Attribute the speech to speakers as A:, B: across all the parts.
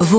A: Vous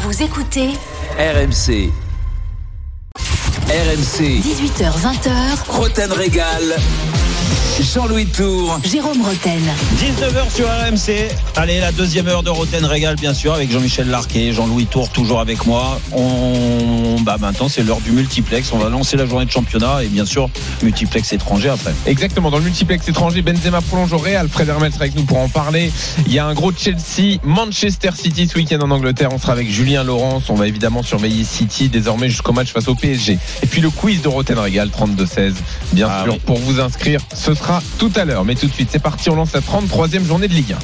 A: Vous écoutez
B: RMC. RMC.
A: 18h20h,
B: Roten Régal. Jean-Louis Tour.
A: Jérôme Roten.
C: 19h sur RMC. Allez, la deuxième heure de Roten Régal, bien sûr, avec Jean-Michel Larquet, Jean-Louis Tour, toujours avec moi. On... Bah, maintenant, c'est l'heure du multiplex. On va lancer la journée de championnat et bien sûr, multiplex étranger après.
D: Exactement, dans le multiplex étranger, Benzema prolonge au Real, Fred Hermel sera avec nous pour en parler. Il y a un gros Chelsea, Manchester City ce week-end en Angleterre, on sera avec Julien Laurence, on va évidemment surveiller City désormais jusqu'au match face au PSG. Et puis le quiz de Roten Régal 32-16, bien
C: Ah
D: sûr,
C: oui.
D: pour vous inscrire, ce sera tout à l'heure. Mais tout de suite, c'est parti, on lance la 33e journée de Ligue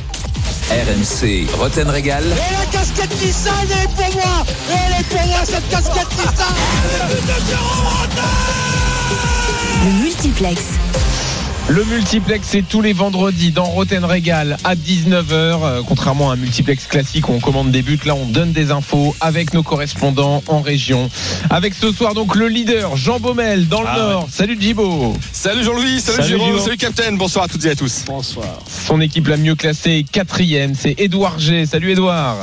D: 1.
B: RMC. Roten Régal.
E: Et la casquette qui elle est pour
B: Ah,
E: moi Et elle est pour moi, cette casquette qui
A: Le multiplex.
D: Le multiplex, c'est tous les vendredis dans Roten Régal à 19h. Euh, contrairement à un multiplex classique où on commande des buts, là on donne des infos avec nos correspondants en région. Avec ce soir donc le leader Jean Baumel dans le
C: Ah
D: Nord. Salut Djibo.
F: Salut Jean-Louis, salut,
C: Salut
F: Jérôme,
C: Jérôme.
F: salut Captain, bonsoir à toutes et à tous.
D: Son équipe la mieux classée est quatrième, c'est Édouard G. Salut Édouard.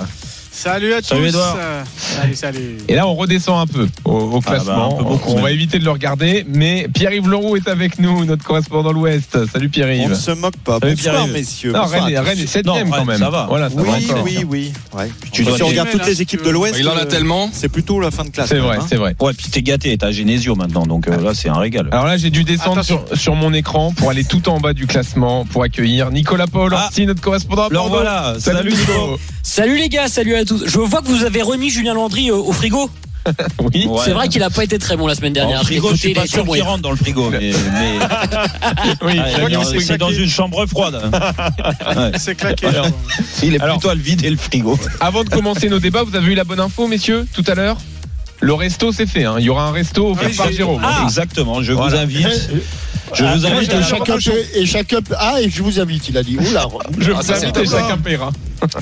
G: Salut à
C: Salut,
G: tous.
C: Edouard.
G: Euh, Salut, salut.
D: Et là on redescend un peu au, au
C: Ah bah,
D: classement.
C: un peu beaucoup,
D: on
C: même.
D: va éviter de le regarder. Mais Pierre-Yves Leroux est avec nous, notre correspondant de l'Ouest. Salut
H: On ne
D: Pierre-Yves.
H: se moque pas.
C: Salut,
H: Bonsoir,
C: Pierre-Yves.
H: messieurs.
D: Non, Rennes,
H: Bonsoir à
D: est-
H: tous.
D: Rennes est septième
C: Non,
D: quand
C: Rennes,
D: même.
C: ça va.
D: Voilà, ça va
H: Oui,
D: encore.
H: oui, oui. Ouais.
C: tu
H: Quand
C: dois
H: tu
C: le
H: regardes
G: dire.
H: toutes les équipes de l'Ouest,
F: Il en a
H: euh,
F: tellement.
H: c'est plutôt la fin de classe.
D: C'est vrai,
H: hein.
D: c'est vrai.
C: Ouais, puis t'es gâté, t'as Genesio maintenant, donc euh, là, c'est un régal.
D: Alors là, j'ai dû descendre sur, sur mon écran pour aller tout en bas du classement pour accueillir Nicolas Paul,
C: Ah.
D: Orsi, notre correspondant. à
C: Alors
D: Bordeaux.
C: voilà,
D: Salut, Nico.
I: Salut les gars, salut à tous. Je vois que vous avez remis Julien Landry euh, au, au frigo.
D: Oui.
C: Ouais.
I: C'est vrai qu'il a pas été très bon la semaine dernière.
C: En frigo,
I: Écoutez,
C: je suis
I: il a
C: pas
I: été
C: sûr
I: bon
C: qu'il
I: hier.
C: rentre dans le frigo, mais, mais-
D: Oui,
C: Ah,
D: je crois
C: il
D: qu'il
C: est-
D: s'est
C: c'est
D: claqué.
C: dans une chambre froide.
G: C'est claqué.
C: Alors,
G: je crois.
C: Il est
D: Alors-
C: plutôt à le vider le frigo.
D: Avant de commencer nos débats, vous avez eu la bonne info, messieurs, tout à l'heure Le resto, c'est fait. hein. Il y aura un resto offert
G: Oui,
D: par
G: j'ai-
D: Jérôme.
C: Ah, Exactement, je vous invite. Je
J: Ah,
C: vous invite à
J: Et chacun, peut- et chacun peut- Ah, et je vous invite, il a dit. Oula,
D: Je
F: Ah,
D: vous
F: ça, c'est
D: invite et
G: important.
D: chacun paiera.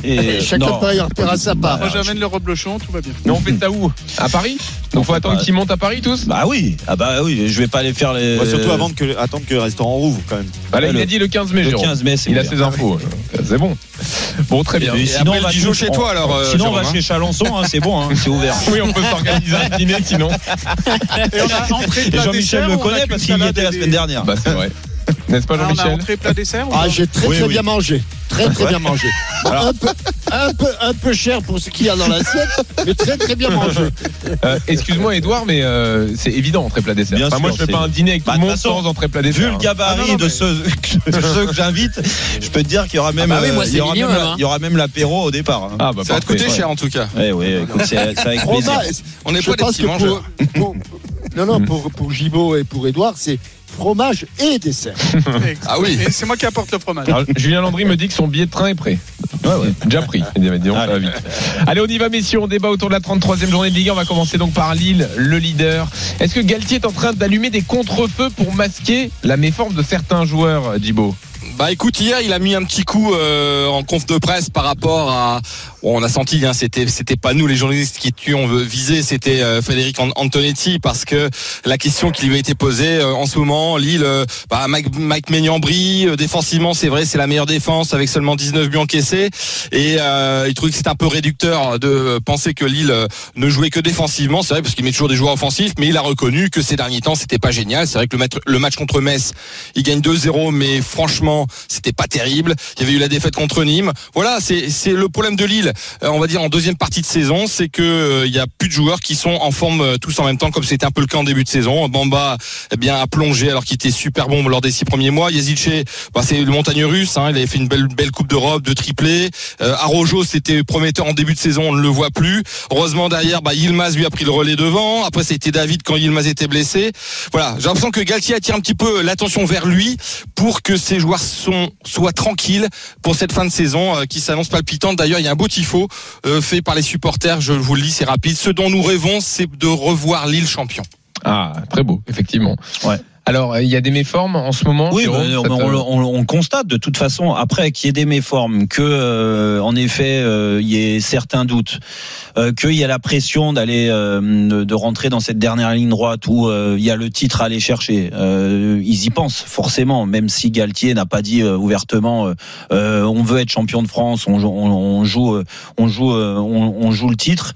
C: Et-
J: et chacun
C: non.
J: paye- paiera sa part.
G: Moi, j'amène le reblochon, tout va bien.
D: Mais on fait ça où À Paris Donc faut attendre
C: pas-
D: qu'ils montent à Paris tous
C: Ah, Bah oui, ah bah oui, je vais pas aller faire les.
H: Ouais, Bah, surtout avant que, attendre que le restaurant rouvre quand même.
D: Bah là,
C: ouais,
D: Il
C: le-
D: a dit le 15 mai,
C: le
D: Jérôme.
C: 15 mai, c'est
D: Il a
C: ouvert.
D: ses infos. C'est bon. Bon, très bien.
C: Et
D: Et
C: sinon,
F: après,
C: on va
F: le Dijon
C: tous-
F: chez toi, alors, euh,
C: Sinon, on va
F: Jérôme, hein.
C: chez Chalençon, hein, c'est bon, hein, c'est ouvert.
D: après- Oui, on peut s'organiser un dîner sinon.
G: Et on a entrée plat
C: Et
G: dessert.
C: Jean-Michel le
G: on a
C: connaît
G: qu'une
C: parce qu'il y
G: salade
C: était la
G: et des-
C: semaine dernière.
D: Bah, c'est vrai. N'est-ce pas,
G: Ah, on a
D: Jean-Michel
G: entrée plat dessert. ou
J: Ah,
G: pas
J: j'ai très
C: Oui,
J: très
C: oui.
J: bien mangé. Très très bien mangé. Un peu, un, peu, un peu cher pour ce qu'il y a dans l'assiette, mais très très bien mangé.
D: Euh, Excuse-moi, Edouard, mais euh, c'est évident entrée plat dessert.
C: Bien
D: Enfin, moi,
C: sûr,
D: je fais
C: c'est-
D: pas un dîner avec
C: Bah,
D: tout le
C: de
D: monde
C: toute façon,
D: sans entrée plat
C: Vu
D: dessert.
C: le
D: hein.
C: gabarit
G: Ah, non, non,
C: de
G: mais- Ah,
C: ceux, de ceux que j'invite, je peux te dire qu'il y aura même,
I: bah oui, moi,
C: euh,
I: c'est
C: il y aura
I: minimum,
C: même la-
I: hein.
C: il y aura même l'apéro au départ. hein.
D: Ah, bah,
F: Ça va te
D: parfait.
F: coûter cher en tout cas.
C: Eh oui, écoute, c'est c'est avec plaisir.
J: Fromage,
F: On n'est
J: je
F: pas des
J: pense
F: petits
J: que
F: mangeurs.
J: pour- pour- non, non, pour, pour Gibaud et pour Edouard, c'est fromage et dessert.
F: Ah oui.
G: Et c'est moi qui apporte le fromage.
D: Alors, Julien Landry me dit que son billet de train est prêt. Ouais, ouais. Déjà pris. Il dit, mais
C: Ah,
D: dis donc, ça va vite. Allez, on y va, messieurs. On débat autour de la 33e journée de Ligue 1. On va commencer donc par Lille, le leader. Est-ce que Galtier est en train d'allumer des contre-feux pour masquer la méforme de certains joueurs, Djibo
F: Bah écoute, hier il a mis un petit coup euh, en conf de presse par rapport à. Bon, on a senti, hein, c'était c'était pas nous les journalistes qui tuent, on veut viser, c'était euh, Frédéric An- Antonetti parce que la question qui lui a été posée euh, en ce moment, Lille, euh, bah, Mike, Mike Maignan-Brie, euh, défensivement c'est vrai, c'est la meilleure défense avec seulement 19 buts encaissés et euh, il trouvait que c'était un peu réducteur de penser que Lille euh, ne jouait que défensivement, c'est vrai parce qu'il met toujours des joueurs offensifs, mais il a reconnu que ces derniers temps c'était pas génial, c'est vrai que le, match- le match contre Metz, il gagne 2-0, mais franchement, c'était pas terrible. Il y avait eu la défaite contre Nîmes. Voilà, c'est c'est le problème de Lille. euh, on va dire en deuxième partie de saison, c'est que euh, il y a plus de joueurs qui sont en forme euh, tous en même temps, comme c'était un peu le cas en début de saison. Bamba, eh bien, a plongé alors qu'il était super bon lors des six premiers mois. Yezice, bah, c'est le montagne russe. hein, il avait fait une belle belle coupe d'Europe, de triplé. Euh, Arojo, c'était prometteur en début de saison, on ne le voit plus. Heureusement derrière, bah, Yilmaz lui a pris le relais devant. Après, c'était David quand Yilmaz était blessé. Voilà, j'ai l'impression que Galtier attire un petit peu l'attention vers lui pour que ses joueurs sont, soient tranquilles pour cette fin de saison euh, qui s'annonce palpitante. D'ailleurs, il y a un beau tifo euh, fait par les supporters. Je vous le lis, c'est rapide. Ce dont nous rêvons, c'est de revoir Lille champion.
D: Ah, très beau, effectivement.
C: Ouais.
D: Alors, euh, il y a des méformes en ce moment.
C: Oui,
D: Jérôme, euh,
C: mais
D: ça
C: on,
D: te-
C: on le- on le- on le constate de toute façon. Après, qu'il y ait des méformes, que euh, en effet euh, il y ait certains doutes, euh, qu'il y a la pression d'aller euh, de- de rentrer dans cette dernière ligne droite où euh, il y a le titre à aller chercher. Euh, ils y pensent forcément, même si Galtier n'a pas dit euh, ouvertement euh, euh, on veut être champion de France, on, joue- on- on joue, euh, on joue, euh, on, on joue le titre.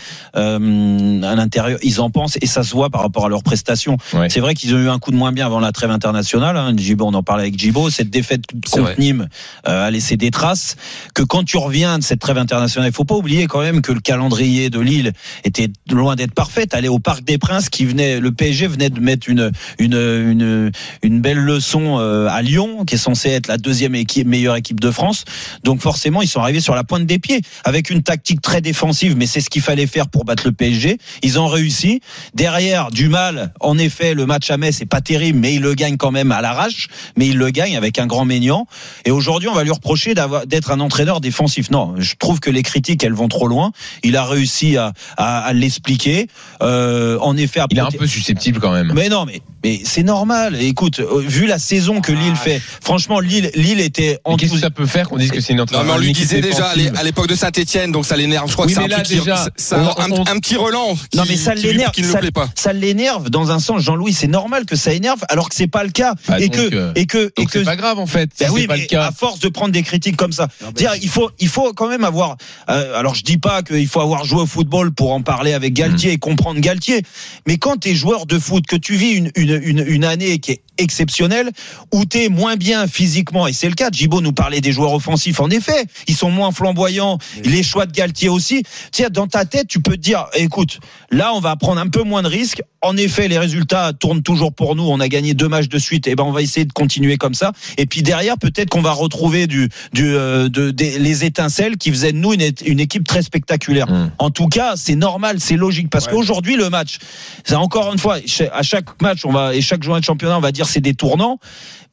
C: Euh, à l'intérieur, ils en pensent et ça se voit par rapport à leurs prestations.
D: Ouais.
C: C'est vrai qu'ils ont eu un coup de moins bien avant la trêve internationale. Hein. Djibo, on en parlait avec Djibo. Cette défaite
B: C'est
C: contre
B: vrai.
C: Nîmes euh, a laissé des traces. Que quand tu reviens de cette trêve internationale, il faut pas oublier quand même que le calendrier de Lille était loin d'être parfait. Aller au Parc des Princes, qui venait, le PSG venait de mettre une une une, une belle leçon euh, à Lyon, qui est censée être la deuxième équipe, meilleure équipe de France. Donc forcément, ils sont arrivés sur la pointe des pieds avec une tactique très défensive, mais c'est ce qu'il fallait faire pour battre le PSG. Ils ont réussi. Derrière, du mal. En effet, le match à Metz c'est pas terrible, mais ils le gagnent quand même à l'arrache. Mais ils le gagnent avec un grand ménian. Et aujourd'hui, on va lui reprocher d'avoir- d'être un entraîneur défensif. Non, je trouve que les critiques, elles vont trop loin. Il a réussi à, à- à l'expliquer. Euh, en effet, à
D: Il est un
C: proté-
D: peu susceptible quand même.
C: mais non, mais, mais c'est normal. Écoute, euh, vu la saison que Lille fait, franchement, Lille, Lille était
D: Ah. Mais Qu'est-ce que
C: enthousi-
D: ça peut faire qu'on dise que c'est une
F: Non,
D: entraîneur
F: mais on lui
D: une équipe
F: disait déjà à l'é-
D: défensive
F: à l'époque de Saint-Etienne, donc ça l'énerve. Je crois
D: Oui,
F: que c'est
D: mais
F: un,
D: là,
F: petit qui-
D: déjà,
F: c'est un-
D: on- on-
F: un- un petit relent qui,
C: Non, mais ça
F: qui lui-
C: l'énerve,
F: qui ne lui plaît pas.
C: ça l'énerve dans un sens, Jean-Louis. C'est normal que ça énerve, alors que c'est pas le cas.
D: Bah
C: et,
D: donc,
C: que,
D: euh,
C: et que, et
D: Donc
C: que,
D: c'est pas grave en fait. si
C: Ben oui,
D: c'est pas
C: mais
D: le cas.
C: à force de prendre des critiques comme ça, dire il faut il faut quand même avoir. euh, alors je dis pas qu'il faut avoir joué au football pour en parler avec
D: Mm.
C: Galtier et comprendre Galtier, mais quand t'es joueur de foot, que tu vis une une une, une année qui est exceptionnelle, où t'es moins bien physiquement et c'est le cas. Gibo nous parlait des joueurs offensifs. En effet, ils sont moins flamboyants. Les choix de Galtier aussi. Tu sais, dans ta tête, tu peux te dire, écoute, là on va prendre un peu moins de risques. En effet, les résultats tournent toujours pour nous. On a gagné deux matchs de suite. Et ben on va essayer de continuer comme ça. Et puis derrière, peut-être qu'on va retrouver du, du, euh, de, des- les étincelles qui faisaient de nous une, é- une équipe très spectaculaire.
D: Mm.
C: En tout cas, c'est normal, c'est logique. Parce qu'aujourd'hui, le match, c'est encore une fois, cha- à chaque match, on va, et chaque journée de championnat, on va dire c'est des tournants.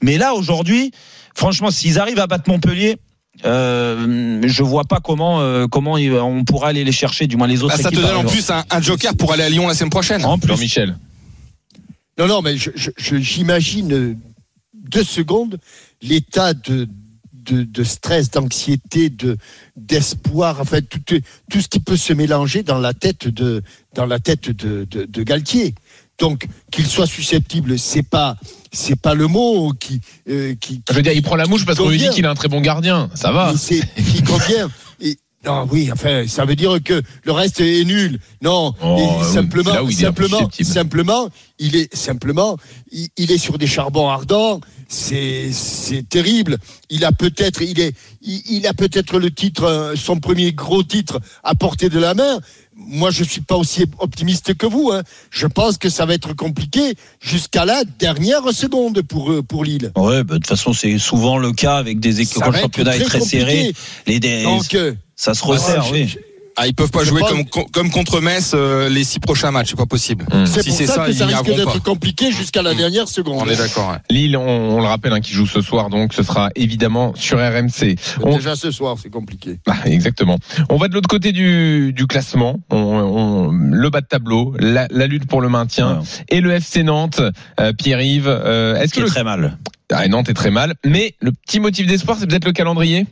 C: Mais là, aujourd'hui, franchement, s'ils arrivent à battre Montpellier, euh, je vois pas comment, euh, comment ils- on pourra aller les chercher, du moins les autres
F: Bah, ça te
C: équipes,
F: donne
C: par
F: en
C: exemple.
F: plus un, un joker pour aller à Lyon la semaine prochaine.
C: En plus.
D: Jean-Michel.
J: Non, non, mais je- je- je- j'imagine euh, deux secondes l'état de, de, de stress, d'anxiété, de d'espoir, enfin tout, tout ce qui peut se mélanger dans la tête de dans la tête de, de, de Galtier. Donc qu'il soit susceptible, c'est pas c'est pas le mot qui euh, qui,
D: Je veux dire, il prend la mouche parce qu'on lui dit qu'il a un très bon gardien. Ça va.
J: mais c'est qui convient. Et, non, oui, enfin, ça veut dire que le reste est nul. Non,
D: Oh,
J: et
D: oui,
J: simplement,
D: c'est là où il est
J: simplement,
D: susceptible.
J: simplement, il est simplement, il, il est sur des charbons ardents. C'est, c'est terrible. Il a peut-être, il est, il, il a peut-être le titre, euh, son premier gros titre à portée de la main. Moi, je suis pas aussi optimiste que vous. hein. Je pense que ça va être compliqué jusqu'à la dernière seconde pour euh, pour Lille.
C: Ouais, bah, de toute façon, c'est souvent le cas avec des équipes
J: Ça
C: quand le
J: va être
C: championnat est
J: très
C: très serré.
J: compliqué.
C: Les, dé-
J: Donc, euh,
C: ça se resserre,
J: je-
C: oui.
J: je-
F: Ah, ils peuvent pas
J: Je
F: jouer
J: pense-
F: comme, comme contre Metz euh, les six prochains matchs, c'est pas possible.
D: Mm.
J: C'est
F: Mmh. Si
J: pour
F: c'est
J: ça,
F: ça,
J: que ça
F: ils n'y
J: risque
F: arriveront pas. Mmh.
J: d'être compliqué jusqu'à la dernière seconde.
F: On est d'accord. ouais.
D: Lille, on, on le rappelle, hein, qui joue ce soir, donc ce sera évidemment sur RMC. On-
J: Déjà ce soir, c'est compliqué.
D: Ah, exactement. On va de l'autre côté du, du classement. On, on- le bas de tableau, la, la lutte pour le maintien
C: Ouais.
D: et le FC Nantes. euh, Pierre-Yves, euh, est-ce
C: Qui est
D: que le...
C: très mal.
D: Ah, et Nantes est très mal, mais le petit motif d'espoir, c'est peut-être le calendrier.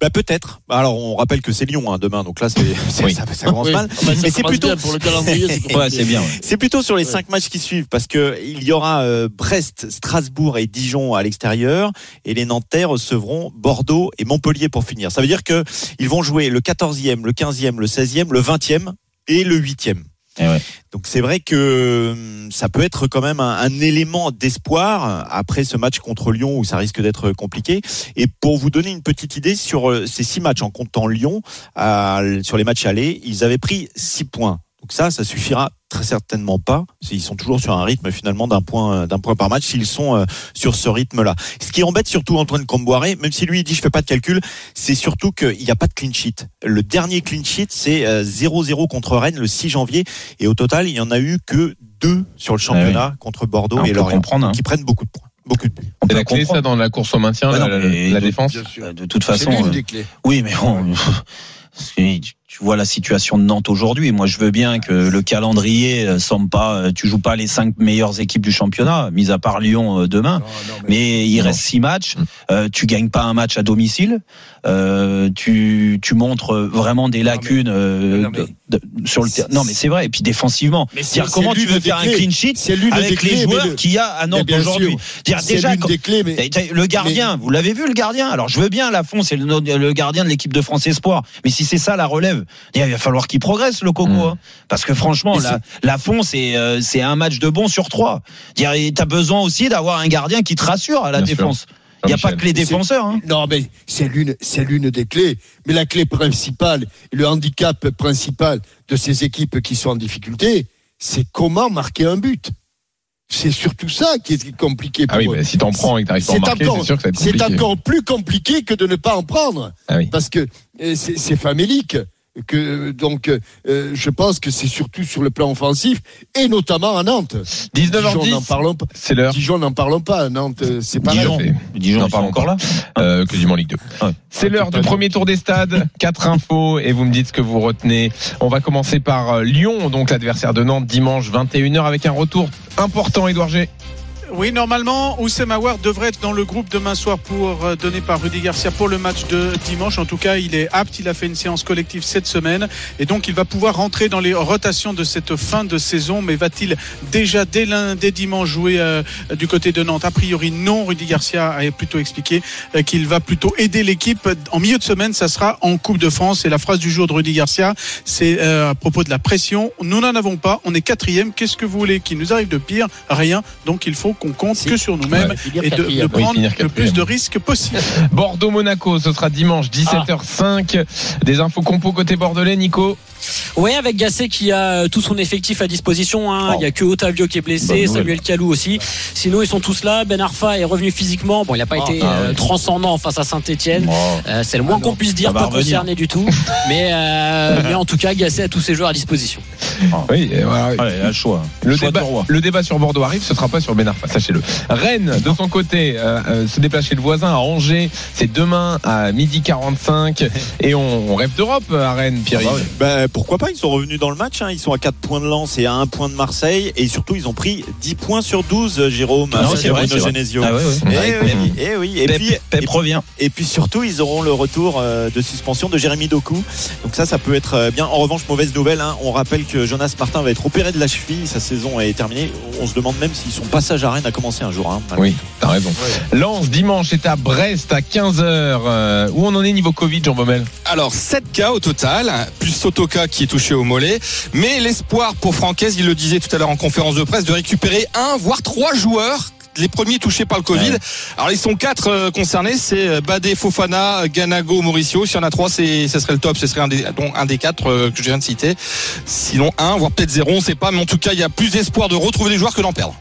H: Bah peut-être. Alors on rappelle que c'est Lyon hein, demain, donc là c'est c'est-
D: Oui.
H: ça, ça commence
J: Oui.
H: mal.
J: Ah bah, ça
H: Mais c'est
J: commence
H: plutôt
J: bien pour le calendrier. c'est compliqué.
C: Ouais, c'est bien. ouais.
H: C'est plutôt sur les
J: Ouais.
H: cinq matchs qui suivent parce que il y aura euh, Brest, Strasbourg et Dijon à l'extérieur et les Nantais recevront Bordeaux et Montpellier pour finir. Ça veut dire que ils vont jouer le 14e, le 15e, le 16e, le 20e et le 8e.
C: Eh ouais.
H: Donc c'est vrai que hum, ça peut être quand même un, un élément d'espoir après ce match contre Lyon où ça risque d'être compliqué. Et pour vous donner une petite idée sur euh, ces six matchs en comptant Lyon, à- sur les matchs allés, ils avaient pris 6 points. Donc ça, ça suffira très certainement pas. Ils sont toujours sur un rythme finalement d'un point, d'un point par match s'ils sont euh, sur ce rythme-là. Ce qui embête surtout Antoine Camboiré, même si lui il dit je fais pas de calcul, c'est surtout qu'il n'y a pas de clean sheet. Le dernier clean sheet, c'est euh, 0-0 contre Rennes le 6 janvier. Et au total, il n'y en a eu que deux sur le
D: Ah
H: championnat contre Bordeaux
C: On
H: et
C: peut
H: Lorient,
C: comprendre. hein.
H: qui prennent beaucoup de points. Beaucoup de buts. Ah
C: On
D: C'est
C: peut
D: la clé, ça,
C: comprendre.
D: dans la course au maintien,
C: Ouais,
D: la,
C: non,
D: la-
C: mais
D: la
C: de- euh,
D: défense.
J: Bien sûr.
C: De toute
J: C'est
C: façon,
J: l'une
C: euh,
J: des clés.
C: oui, mais bon, Parce que tu- Tu vois la situation de Nantes aujourd'hui. Moi, je veux bien que le calendrier euh, semble pas. euh, Tu joues pas les cinq meilleures équipes du championnat, mis à part Lyon euh, demain. mais, il reste six
J: Mm.
C: matchs. Euh, tu gagnes pas un match à domicile. Euh, tu tu montres euh, vraiment des lacunes euh,
K: non, mais-
C: de- de- sur le terrain. Non, mais c'est vrai. Et puis défensivement,
J: Mais c'est-
C: dire
J: c'est
C: comment tu
J: l'une
C: veux
J: des
C: faire un
J: clés.
C: clean sheet
J: C'est l'une des
C: avec
J: clés,
C: les
J: mais
C: joueurs
J: le-
C: qu'il y a à
J: Mais
C: Nantes
J: bien sûr.
C: aujourd'hui. Dire
J: C'est
C: déjà
J: l'une des clés, mais-
C: T'as- t'as- Le gardien, vous l'avez vu le gardien Alors je veux bien Lafont, c'est le, le gardien de l'équipe de France Espoir. Mais si c'est ça la relève, il va falloir qu'il progresse le
D: Mm.
C: Coco. hein. Parce que franchement, la, Lafont, c'est euh, c'est un match de bon sur trois. Dire, et T'as besoin aussi d'avoir un gardien qui te rassure à la
D: Bien sûr. Ah,
C: défense. Il n'y a pas
D: Jean-Michel.
C: que les défenseurs. hein.
J: Non, mais c'est l'une, c'est l'une des clés. Mais la clé principale, le handicap principal de ces équipes qui sont en difficulté, c'est comment marquer un but. C'est surtout ça qui est compliqué pour
D: Ah oui,
J: eux.
D: mais si t'en prends et que t'arrives pas à en marquer,
J: encore-
D: c'est sûr que ça va être compliqué.
J: C'est encore plus compliqué que de ne pas en prendre.
D: Ah oui.
J: Parce que euh, c'est c'est famélique. Que, donc, euh, je pense que c'est surtout sur le plan offensif et notamment à Nantes. Dijon,
D: 19h10,
J: n'en parlons pas.
D: c'est l'heure.
J: Dijon, n'en parlons pas. À Nantes, euh, c'est pas
D: Dijon.
J: mal.
D: fait.
C: Dijon,
D: Non,
C: ils sont
D: pardon,
C: encore là.
D: Euh, que du Mans Ligue 2.
C: Ouais.
D: C'est l'heure du
J: pas
D: premier tour des stades. Quatre infos et vous me dites ce que vous retenez. On va commencer par euh, Lyon, donc l'adversaire de Nantes, dimanche 21h avec un retour important, Edouard G.
G: Oui, normalement, Oussem Aouar devrait être dans le groupe demain soir pour euh, donné par Rudy Garcia pour le match de dimanche. En tout cas, il est apte, il a fait une séance collective cette semaine et donc il va pouvoir rentrer dans les rotations de cette fin de saison. Mais va-t-il déjà dès lundi, dès dimanche jouer euh, du côté de Nantes A priori, non. Rudy Garcia a plutôt expliqué euh, qu'il va plutôt aider l'équipe en milieu de semaine. Ça sera en Coupe de France. Et la phrase du jour de Rudy Garcia, c'est euh, à propos de la pression. Nous n'en avons pas. On est quatrième. Qu'est-ce que vous voulez qu'il nous arrive de pire Rien. Donc il faut qu'on compte que sur nous-mêmes et de, de prendre
D: finir
G: le plus
D: quatrième.
G: de risques possible.
D: Bordeaux-Monaco, ce sera dimanche 17h05. Des infos compo côté bordelais, Nico.
I: Ouais, avec Gasset qui a Euh, tout son effectif à disposition. hein.
C: Oh.
I: Il y a que Otavio qui est
D: Bonne
I: blessé,
D: nouvelle.
I: Samuel Calou aussi. Sinon, ils sont tous là. Ben Arfa est revenu physiquement. Bon, il n'a pas
C: Ah.
I: été euh, transcendant face à Saint-Etienne.
C: Oh.
I: c'est le moins qu'on puisse dire,
C: Ah bah, va
I: pas
C: revenir.
I: concerné du tout. mais, euh, mais en tout cas, Gasset a tous ses joueurs à disposition.
C: Ah.
D: Oui, et voilà.
C: Allez, là, le choix. hein.
D: Le
C: Choix
D: débat,
C: du roi.
D: le débat sur Bordeaux arrive, ce sera pas sur Benarfa, sachez-le. Rennes, de son côté, euh, euh, se déplace chez le voisin à Angers. C'est demain à midi 45 et on, on rêve d'Europe euh, à Rennes, Pierre.
H: Ben, pourquoi pas, ils sont revenus dans le match, hein. ils sont à 4 points de Lens et à 1 point de Marseille, et surtout ils ont pris 10 points sur 12, Jérôme,
C: Non,
H: avec
C: c'est vrai,
H: Bruno
C: c'est vrai.
H: Genesio.
C: Ah ouais, ouais.
H: Eh
C: Avec
H: oui,
C: Pep.
H: eh oui. Et,
C: Pep-
H: puis,
C: Pep
H: et-
C: revient.
H: et puis surtout, ils auront le retour euh, de suspension de Jérémy Doku. Donc ça, ça peut être euh, bien. En revanche, mauvaise nouvelle, hein. on rappelle que Jonas Martin va être opéré de la cheville, sa saison est terminée. On se demande même si son passage à Rennes a commencé un jour. hein.
C: Ah bah
D: Oui, t'as raison. Lens, dimanche, est à Brest à 15h. où on en est niveau Covid, Jean Baumel
F: Alors 7 cas au total, plus Sotoka qui est touché au mollet. Mais l'espoir pour Francaise, il le disait tout à l'heure en conférence de presse, de récupérer un voire trois joueurs. Les premiers touchés par le Covid. Alors ils sont quatre euh, concernés, c'est euh, Badé, Fofana, Ganago, Mauricio. S'il y en a trois, c'est ce serait le top, ce serait un des, dont un des quatre euh, que je viens de citer. Sinon un, voire peut-être zéro, on sait pas. Mais en tout cas, il y a plus d'espoir de retrouver des joueurs que d'en perdre.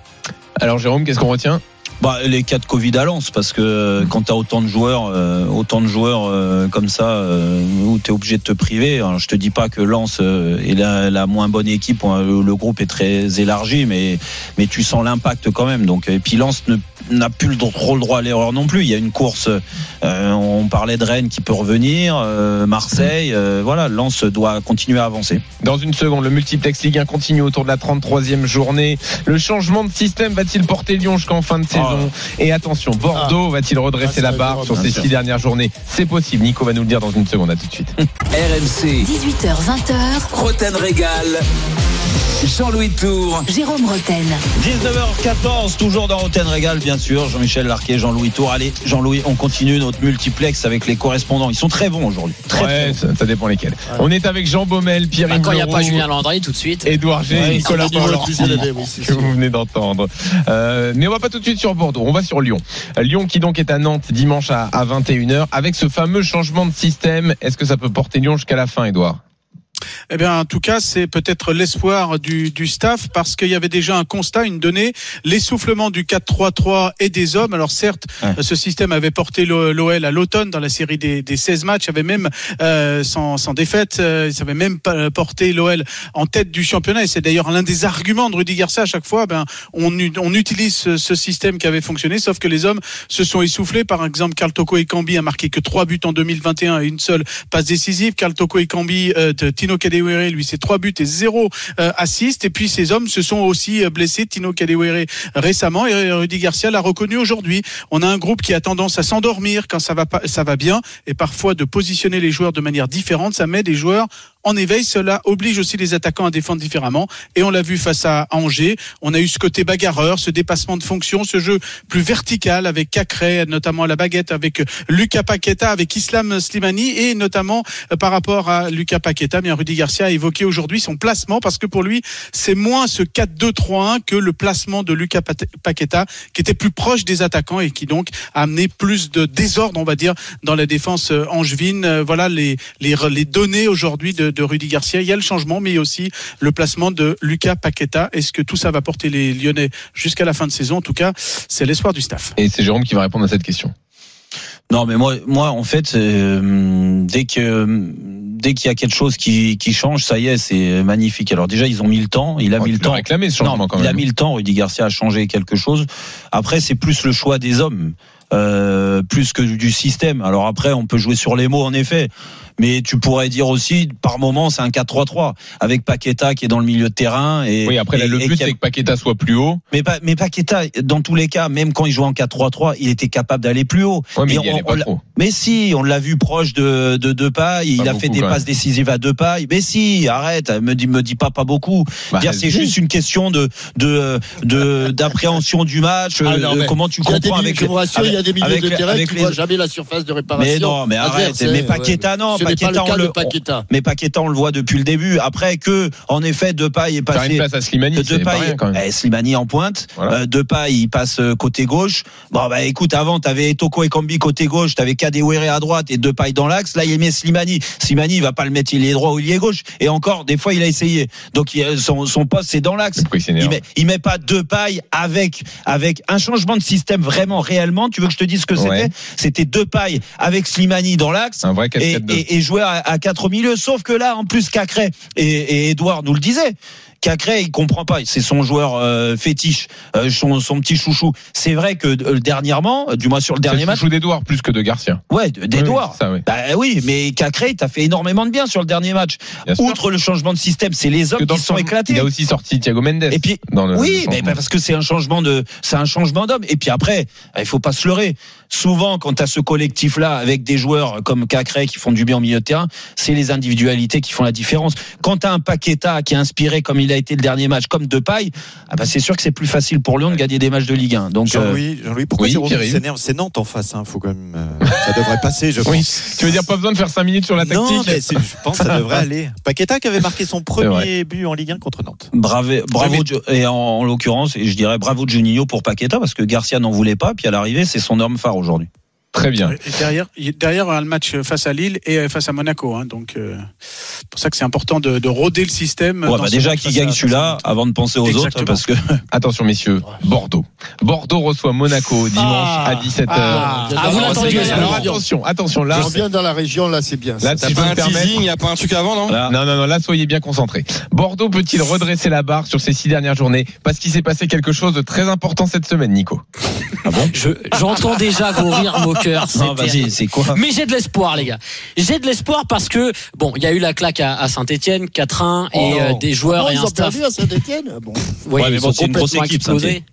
D: Alors Jérôme, qu'est-ce qu'on retient
C: Bah, les cas de Covid à Lens, parce que euh, quand t'as autant de joueurs, euh, autant de joueurs euh, comme ça, euh, où t'es obligé de te priver. Alors, je te dis pas que Lens euh, est la, la moins bonne équipe, hein, le, le groupe est très élargi, mais mais tu sens l'impact quand même. Donc, et puis Lens ne- n'a plus le dro- trop le droit à l'erreur non plus. Il y a une course. euh, on parlait de Rennes qui peut revenir, euh, Marseille. euh, voilà, Lens doit continuer à avancer.
D: Dans une seconde, le multiplex Ligue 1 continue autour de la 33e journée. Le changement de système va-t-il porter Lyon jusqu'en fin de saison Et attention, Bordeaux va-t-il redresser
J: Ah,
D: la
J: ça,
D: barre
J: Jérôme,
D: sur
J: bien
D: ces
J: sûr.
D: six dernières journées C'est possible, Nico va nous le dire dans une seconde, à tout de suite.
B: RMC,
A: 18h, 20h,
B: Roten Régal, Jean-Louis Tour.
A: Jérôme Roten.
C: 19h14, toujours dans Roten Régal, bien sûr. Jean-Michel Larquet, Jean-Louis Tour. Allez, Jean-Louis, on continue notre multiplex avec les correspondants. Ils sont très bons aujourd'hui. Très,
D: ouais, ça, ça dépend lesquels. On est avec Jean Baumel, Pierre
I: Bah, quand il n'y a
D: Imloro,
I: pas Julien Landry, tout de suite.
D: Édouard G,
J: Ouais,
D: Nicolas
J: c'est le niveau le
D: Paolorsi,
J: plus élevé, oui, c'est
D: que
J: sûr.
D: vous venez d'entendre. Euh, mais on va pas tout de suite sur Bordeaux, on va sur Lyon. Euh, Lyon qui donc est à Nantes dimanche à, 21h avec ce fameux changement de système. Est-ce que ça peut porter Lyon jusqu'à la fin, Edouard
G: Eh bien, en tout cas, c'est peut-être l'espoir du, du staff parce qu'il y avait déjà un constat, une donnée, l'essoufflement du 4-3-3 et des hommes. Alors certes, euh,
C: Ouais.
G: ce système avait porté l'O- l'OL à l'automne dans la série des, des 16 matchs, avait même euh, sans, sans défaite, euh, ça avait même pas- porté l'OL en tête du championnat. Et c'est d'ailleurs l'un des arguments de Rudy Garcia à chaque fois. Ben, on, u- on utilise ce, ce système qui avait fonctionné, sauf que les hommes se sont essoufflés. Par exemple, Carl Toko et Cambi a marqué que trois buts en 2021 et une seule passe décisive. Carl Toko et Cambi, euh, de Tino Kadewere, lui, c'est trois buts et zéro euh, assist. Et puis ces hommes se sont aussi euh, blessés. Tino Kadewere récemment et euh, Rudy Garcia l'a reconnu aujourd'hui. On a un groupe qui a tendance à s'endormir quand ça va pas, ça va bien et parfois de positionner les joueurs de manière différente. Ça met des joueurs en éveil. Cela oblige aussi les attaquants à défendre différemment. Et on l'a vu face à Angers. On a eu ce côté bagarreur, ce dépassement de fonction, ce jeu plus vertical avec Cacré, notamment à la baguette, avec euh, Lucas Paqueta, avec Islam Slimani et notamment euh, par rapport à Lucas Paqueta. Bien, Rudy Garcia a évoqué aujourd'hui son placement parce que pour lui, c'est moins ce 4-2-3-1 que le placement de Lucas Pat- Paqueta qui était plus proche des attaquants et qui donc a amené plus de désordre, on va dire, dans la défense euh, angevine. Euh, Voilà les, les, re- les données aujourd'hui de, de Rudy Garcia. Il y a le changement, mais il y a aussi le placement de Lucas Paqueta. Est-ce que tout ça va porter les Lyonnais jusqu'à la fin de saison En tout cas, c'est l'espoir du staff.
D: Et c'est Jérôme qui va répondre à cette question.
C: Non, mais moi, moi, en fait, euh, dès que dès qu'il y a quelque chose qui, qui change, ça y est, c'est magnifique. Alors déjà, ils ont mis le temps. Il a
D: Oh,
C: mis
D: tu
C: le
D: l'as
C: temps.
D: réclamé ce changement
C: Non,
D: quand
C: il
D: même.
C: a mis le temps. Rudy Garcia a changé quelque chose. Après, c'est plus le choix des hommes, euh, plus que du système. Alors après, on peut jouer sur les mots, en effet. Mais tu pourrais dire aussi, par moment, c'est un 4-3-3 avec Paqueta qui est dans le milieu de terrain. Et,
D: Oui, après, là,
C: et-
D: le
C: et
D: but,
C: qui a-
D: c'est que Paqueta soit plus haut.
C: mais, Pa- mais Paqueta, dans tous les cas, même quand il jouait en 4-3-3, il était capable d'aller plus haut.
D: Ouais, mais
C: Et
D: il y
C: on-
D: allait
C: on
D: pas
C: l'a-
D: trop.
C: mais si, on l'a vu proche de, de Depay, il
D: Pas
C: a fait
D: beaucoup,
C: des
D: quand
C: passes
D: même.
C: décisives à Depay. Mais si, arrête, hein, me dis, me dis pas pas beaucoup.
D: Bah,
C: Dire, c'est
D: si.
C: juste une question de de de d'appréhension du match.
J: Ah
C: euh,
J: non,
C: de
J: mais
C: comment tu
J: Il y a des
C: comprends
J: milieux,
C: avec
J: je vous rassure, il y a des milieux
C: avec-
J: de terrain
C: avec
J: qui ne
C: les-
J: voient jamais la surface de réparation.
C: Mais non, mais arrête,
J: adverse,
C: mais
J: hein,
C: Paqueta,
J: ouais.
C: non,
J: Ce n'est pas
C: Paqueta,
J: le cas
C: on
J: de
C: le-
J: Paqueta.
C: mais Paqueta, on le voit depuis le début. Après que, en effet, Depay est
D: Faire une
C: passé.
D: place à Slimani, c'est pas rien
C: Depay,
D: quand même.
C: eh, Slimani en pointe.
D: Voilà.
C: Euh, Depay, il passe euh, côté gauche. Bon, bah écoute, avant, t'avais Toko et Kambi côté gauche, t'avais Kadewere à droite et Depay dans l'axe. Là, il met Slimani. Slimani, il va pas le mettre, il est droit ou il est gauche. Et encore, des fois, il a essayé. Donc, il- euh, son, son poste, c'est dans l'axe.
D: Pourquoi il s'énerve
C: Il met, il met pas deux pailles avec, avec un changement de système vraiment, réellement. Tu veux que je te dise ce que
D: Ouais.
C: c'était C'était deux pailles avec Slimani dans l'axe
D: C'est un vrai
C: et,
D: cascade de.
C: et- et jouer à, à quatre au milieu. Sauf que là, en plus, Cacré et, et Edouard nous le disaient. Cacré, il comprend pas. C'est son joueur euh, fétiche, euh, son, son petit chouchou. C'est vrai que euh, dernièrement, euh, du moins sur le dernier match,
D: joue d'Edouard plus que de Garcia.
C: ouais, d'Edouard.
D: Oui, c'est ça, oui.
C: Bah oui, mais Cacré, t'as fait énormément de bien sur le dernier match.
D: Bien sûr.
C: Outre le changement de système, c'est les
D: Parce que
C: hommes
D: dans
C: qui
D: le
C: sont
D: changement,
C: éclatés.
D: Il a aussi sorti Thiago Mendes.
C: Et puis-
D: dans le-
C: Oui,
D: le
C: mais
D: changement.
C: parce que c'est un changement de, c'est un changement d'homme. Et puis après, eh, il faut pas se leurrer. Souvent, quand à ce collectif-là, avec des joueurs comme Cacré qui font du bien au milieu de terrain, c'est les individualités qui font la différence. Quand t'as un Paqueta qui est inspiré comme il a été le dernier match, comme Depay, ah bah c'est sûr que c'est plus facile pour Lyon de gagner des matchs de Ligue 1. Donc, euh,
H: Jean-Louis, Jean-Louis, pourquoi
D: oui,
H: Jérôme
D: Pierre-Yves.
H: s'énerve C'est Nantes en face, hein, faut quand même. euh, ça devrait passer, je pense.
D: Oui. Tu veux dire pas besoin de faire 5 minutes sur la tactique
H: Non, mais c'est- je pense que ça devrait aller. Paqueta qui avait marqué son premier but en Ligue 1 contre Nantes.
C: brave- bravo,
D: Bravo.
C: Jo- et en, en l'occurrence, et je dirais bravo Juninho pour Paqueta parce que Garcia n'en voulait pas. Puis à l'arrivée, c'est son homme phare aujourd'hui.
D: Très bien.
G: Et derrière, il- derrière on a le match face à Lille et euh, face à Monaco. hein. donc, euh, c'est pour ça que c'est important de, de roder le système.
C: Ouais,
G: dans
C: bah
G: ce
C: déjà
G: match
C: qu'il
G: face
C: gagne
G: à-
C: celui-là avant de penser aux autres
G: Exactement.
C: parce que
D: Attention messieurs, Bordeaux. Bordeaux reçoit Monaco dimanche
I: Ah.
D: à 17h.
J: Ah,
I: Ah, vous l'attendiez,
D: Alors
J: là.
D: attention, attention là.
J: On vient dans la région, là, c'est bien.
D: Là,
J: ça.
F: C'est
D: tu peux
F: pas
D: me
F: un
D: permettre.
F: teasing, il n'y a pas un truc avant, non
D: Non, non, non, là, soyez bien concentrés. Bordeaux peut-il redresser la barre sur ces six dernières journées Parce qu'il s'est passé quelque chose de très important cette semaine, Nico.
I: Je- J'entends déjà vos rires moqueurs.
C: Ah non,
I: c'est
C: vas-y, c'est quoi
I: Mais j'ai de l'espoir, les gars. J'ai de l'espoir parce que, bon, il y a eu la claque à, Saint-Etienne, 4-1, et
J: Oh.
I: euh, des joueurs
J: Non,
I: et
J: ils
I: un
J: ont
I: staff.
J: perdu à Saint-Etienne. Bon.
I: Oui,
C: Ouais, mais
I: ils
C: bon,
I: ont
C: c'est une grosse
I: complètement
C: équipe,
I: explosé.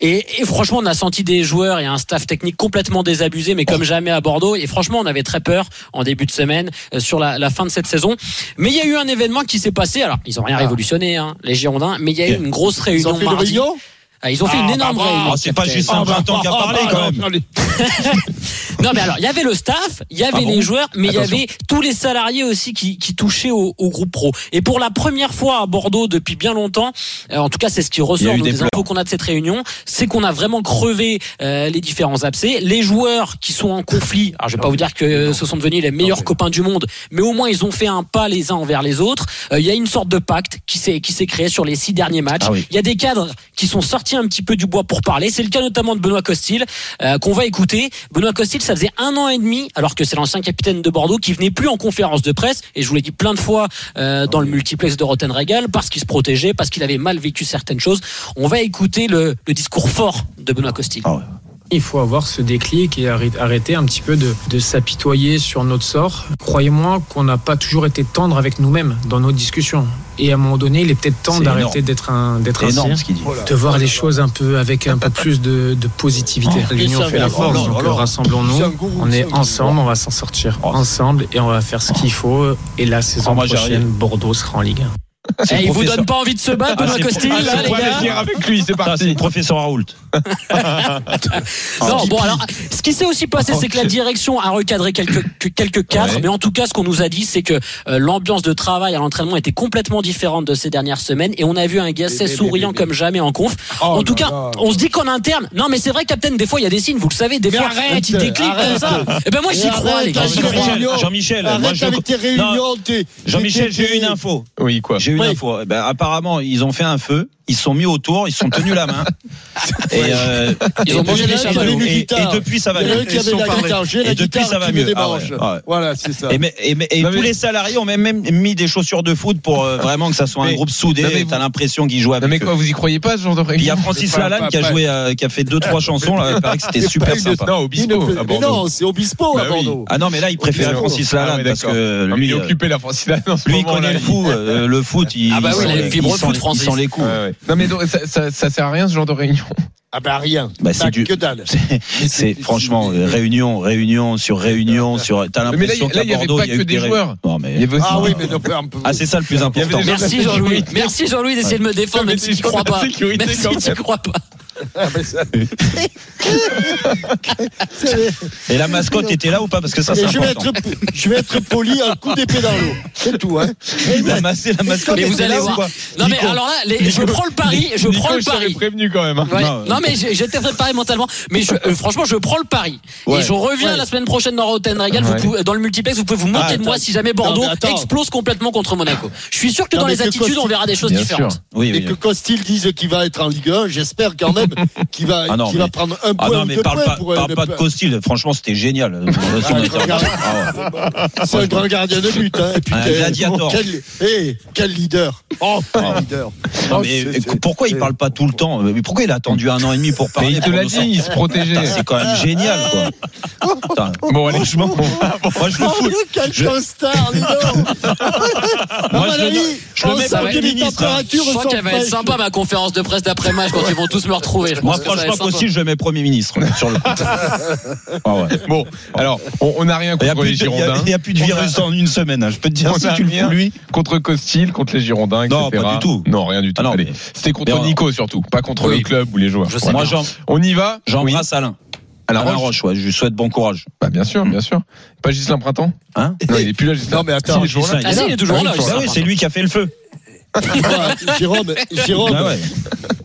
I: Et, et franchement, on a senti des joueurs et un staff technique complètement désabusé, mais comme jamais à Bordeaux. Et franchement, on avait très peur en début de semaine euh, sur la, la fin de cette saison. Mais il y a eu un événement qui s'est passé. Alors, ils ont
C: Ah.
I: rien révolutionné, hein, les Girondins, mais il y a eu une grosse
J: Ils
I: réunion
J: ont fait une
I: mardi.
J: réunion bah,
I: Ah, ils ont fait une énorme réunion.
C: bah, Ah, c'est pas
I: Capitaine.
C: juste un printemps qui a parlé quand même.
I: Non, mais alors, il y avait le staff, il y
C: Ah
I: avait les joueurs, mais il y avait tous les salariés aussi qui, qui touchaient au, au groupe pro. Et pour la première fois à Bordeaux depuis bien longtemps, euh, en tout cas, c'est ce qui
C: Il y a
I: ressort
C: eu
I: donc,
C: des
I: des,
C: pleurs.
I: infos qu'on a de cette réunion, c'est qu'on a vraiment crevé euh, les différents abcès. Les joueurs qui sont en conflit, alors je vais pas vous dire que euh, ce sont devenus les meilleurs copains du monde, mais au moins ils ont fait un pas les uns envers les autres. Euh, Il y a une sorte de pacte qui s'est qui s'est créé sur les six derniers matchs.
C: Ah oui.
I: Il y a des cadres qui sont sortis un petit peu du bois pour parler. C'est le cas notamment de Benoît Costil, euh, qu'on va écouter. Benoît Costil, ça faisait un an et demi, alors que c'est l'ancien capitaine de Bordeaux, qui venait plus en conférence de presse. Et je vous l'ai dit plein de fois euh, dans le multiplex de Rotten Regal, parce qu'il se protégeait, parce qu'il avait mal vécu certaines choses. On va écouter le, le discours fort de Benoît Costil.
C: Ah
K: Il faut avoir ce déclic et arrêt- arrêter un petit peu de, de s'apitoyer sur notre sort. Croyez-moi qu'on n'a pas toujours été tendre avec nous-mêmes dans nos discussions. Et à un moment donné, il est peut-être temps
C: C'est
K: d'arrêter d'être un d'être
C: C'est énorme
K: un
C: ce qu'il dit.
D: Oh
K: de voir les choses un peu avec un peu plus de, de positivité.
C: Ah.
K: L'union fait la force,
C: Oh
K: donc euh, rassemblons-nous. On est ensemble, on va s'en sortir ensemble et on va faire ce qu'il faut. Et la saison
C: Oh, moi, j'arrive.
K: prochaine, Bordeaux sera en Ligue 1.
I: Eh, il vous
C: professeur.
I: donne pas envie de se battre,
C: Ah,
I: Benoît
C: c'est-
I: Costil,
C: ah,
I: là,
C: c'est
I: les
C: quoi,
I: gars
C: les
D: Venir avec lui, c'est
C: Ça,
D: parti.
C: Ah, c'est le professeur Raoult.
I: Non, bon, alors, ce qui s'est aussi passé, c'est que la direction a recadré quelques, que- quelques cadres, mais en tout cas, ce qu'on nous a dit, c'est que euh, l'ambiance de travail à l'entraînement était complètement différente de ces dernières semaines, et on a vu un Gasset souriant comme jamais en conf.
J: Oh
I: en tout cas, on se dit qu'en interne, non, mais c'est vrai, Captain, des fois, il y a des signes, vous le savez, des
J: Mais
I: fois,
J: arrête,
I: un petit déclic comme ça. Eh ben, moi, j'y
J: Mais
I: crois,
J: arrête,
I: les gars, j'y
J: arrête.
I: crois.
C: Jean-Michel, Jean-Michel, moi,
J: Arrête
C: je-
J: avec tes
C: Non,
J: réunions. tes-
C: Jean-Michel,
J: tes-
C: j'ai eu une info.
D: Oui, quoi.
C: J'ai eu une
J: Oui.
C: info. Eh ben, apparemment, ils ont fait un feu, ils se sont mis autour, ils se sont tenus la main. et, euh,
I: Ils ont mangé
C: et-
I: les chamallows.
C: et- et depuis, ça va
J: Il y en a
C: mieux.
J: un qui avait
G: sont
J: la
G: parlés.
J: guitare, j'ai la
C: Et depuis,
J: guitare
C: ça va
J: qui me
C: mieux. Ah ouais,
J: démange.
C: ouais.
J: Voilà, c'est ça.
C: Et, mais- et mais- et
D: Non,
C: tous
D: mais-
C: les salariés ont même, même mis des chaussures de foot pour euh, vraiment que ça soit un
D: Mais-
C: groupe soudé.
D: Non, mais
C: T'as
D: vous-
C: l'impression qu'ils jouent
D: Non,
C: avec.
D: mais
C: eux.
D: quoi, vous y croyez pas, ce genre de
C: Puis il y a
D: réunion
C: Francis
D: Pas-
C: Lalanne
D: pas-
C: qui a
D: pas-
C: joué, euh, qui a fait deux trois chansons. Là, il paraît que c'était super
D: Pas une-
C: sympa.
D: Non, au
J: Il ne
D: Bispo,
J: peut-
D: à
J: mais
D: Bordeaux.
J: non, c'est Obispo à
D: Bah oui.
J: Bordeaux.
C: Ah non, mais là, il préférait
D: Bispo.
C: Francis
D: Ah
C: Lalanne
D: ouais,
C: parce
D: d'accord.
C: que
D: Non, mais
C: lui,
D: il est
C: euh,
D: occupé, la France Lalanne, en ce
C: lui, il
D: moment,
C: connaît
D: là,
C: le fou, euh, le foot. Il,
I: Ah bah oui,
C: il
I: il
C: sent
I: a une
C: les-
I: fibre
C: il
I: foot,
C: sent-
I: Francis.
C: Il sent les coups.
D: Ouais, ouais. Non, mais donc, ça, ça, ça sert à rien, ce genre de réunion.
J: Ah bah rien.
C: Bah, c'est
J: Bah,
C: du-
J: Que dalle.
C: C'est-
D: Ah,
J: Mais
C: C'est franchement euh, réunion, réunion sur réunion sur. T'as
D: Mais là,
C: l'impression
D: il- là,
C: qu'à
D: il y avait
C: Bordeaux,
D: pas
C: il y a eu
D: que des
C: ré-
D: joueurs.
C: Non, mais-
D: Il y avait aussi-
J: Ah oui, mais non, un peu.
C: Ah, c'est ça le plus
D: Il y avait
C: important.
D: des gens-
I: Merci Jean-Louis. Merci Jean-Louis d'essayer de me défendre,
D: Mais
I: même si
D: des
I: tu
D: gens de
I: crois
D: la
I: pas.
D: sécurité,
I: Même
D: quand
I: si tu
D: même.
I: crois pas.
J: Ah,
C: Et la mascotte était là ou pas Ah, Parce que ça, c'est
J: Et je vais,
C: important.
J: être, je vais être poli un coup d'épée dans l'eau. C'est tout, hein. Et
C: La mas- c'est la mascotte.
I: Mais vous
C: était
I: allez
C: là ou
I: voir.
C: pas
I: Non, mais
C: Nico.
I: alors là, les- je prends le pari, je
D: Nico,
I: prends le
D: je t'aurais
I: pari.
D: prévenu quand même. hein.
I: Ouais.
C: Non,
I: Non, mais j'ai- j'étais préparé mentalement. Mais je- euh, franchement, je prends le pari.
C: Ouais.
I: Et je reviens la semaine prochaine dans Rotten Regal. Vous
D: Ouais.
I: pouvez- dans le multiplex, vous pouvez vous moquer de moi si jamais Bordeaux
J: Ah, Non, mais attends.
I: explose complètement contre Monaco. Je suis sûr que
J: Non,
I: dans
J: mais
I: les
J: que
I: attitudes,
J: Costi-
I: on verra des choses
D: Bien
I: différentes.
D: sûr.
C: Oui,
J: Et
C: oui.
J: que Costil dise qu'il va être en Ligue 1, j'espère quand même qu'il va,
C: Ah non,
J: qu'il
C: mais-
J: va prendre un
C: Ah
J: point
C: non,
J: ou
C: mais
J: deux
C: parle
J: points
C: pas,
J: pour euh,
C: parle
J: le-
C: pas de Costil. Franchement, c'était génial.
J: regarde.
C: Ah ouais.
J: C'est un grand gardien de but. Hein. Et puis,
C: Un
J: quel-
C: gladiator.
J: Quel, eh, quel leader. Oh, quel leader.
C: Non,
J: Oh,
C: mais euh,
J: c'est- c'est-
C: pourquoi il parle pas tout le temps Euh, Mais pourquoi il a attendu un an et demi pour
D: Mais
C: parler
D: il te
C: pour
D: l'a
C: nous
D: dit,
C: sortir
D: il se
C: Putain,
D: protégeait.
C: C'est quand même génial, quoi. Putain,
D: Bon, allez,
C: franchement, moi je le
J: Oh,
C: fous.
J: le quel
C: Je-
J: costard, dis donc.
I: Ah,
C: Moi, je
J: mon
C: le-
J: ami,
C: je le
I: Oh,
J: on
C: mets
J: sent
C: pour
J: que
C: le
J: les
C: ministre, hein.
J: températures
I: Je crois
J: sont
I: qu'elle va être
J: fraîches.
I: sympa ma conférence de presse d'après-match quand ils vont tous me retrouver. Je
C: Moi,
I: pense que ça va être
C: franchement,
I: sympa.
C: Costil, je le mets Premier ministre sur le coup. Ah ouais.
D: Bon, alors, on n'a rien
C: Il n'y a,
D: contre
C: plus
D: les
C: de- il y a-
D: Girondins.
C: il y a plus de
D: On a-
C: virus en une semaine, hein. je peux te dire
D: On
C: si
D: a
C: tu le
D: rien
C: fous lui.
D: Contre Costil, contre les Girondins, etc.
C: Non, pas du tout.
D: Non, rien du tout.
C: Ah non,
D: Allez.
C: mais-
D: C'était contre
C: Mais on-
D: Nico surtout, pas contre
C: Oui.
D: le club ou les joueurs.
I: Je sais
D: Voilà.
C: Moi j'en-
D: On y va
C: j'embrasse Alain.
D: Alain
C: Alain
D: Roche.
C: Roche, ouais, je lui souhaite bon courage. Hmm.
D: Bah, bien sûr, bien sûr. Pas Gislain Printemps
C: Hein
D: Non, il est plus là, Gislain.
J: Non, mais attends,
D: Si, il est toujours là.
I: Ah si, il est toujours
D: Ah
I: là. il
D: oui,
I: est
C: Bah oui,
I: sympa.
C: c'est lui qui a fait le feu.
J: Ah, Jérôme, Jérôme,
C: Ah ouais.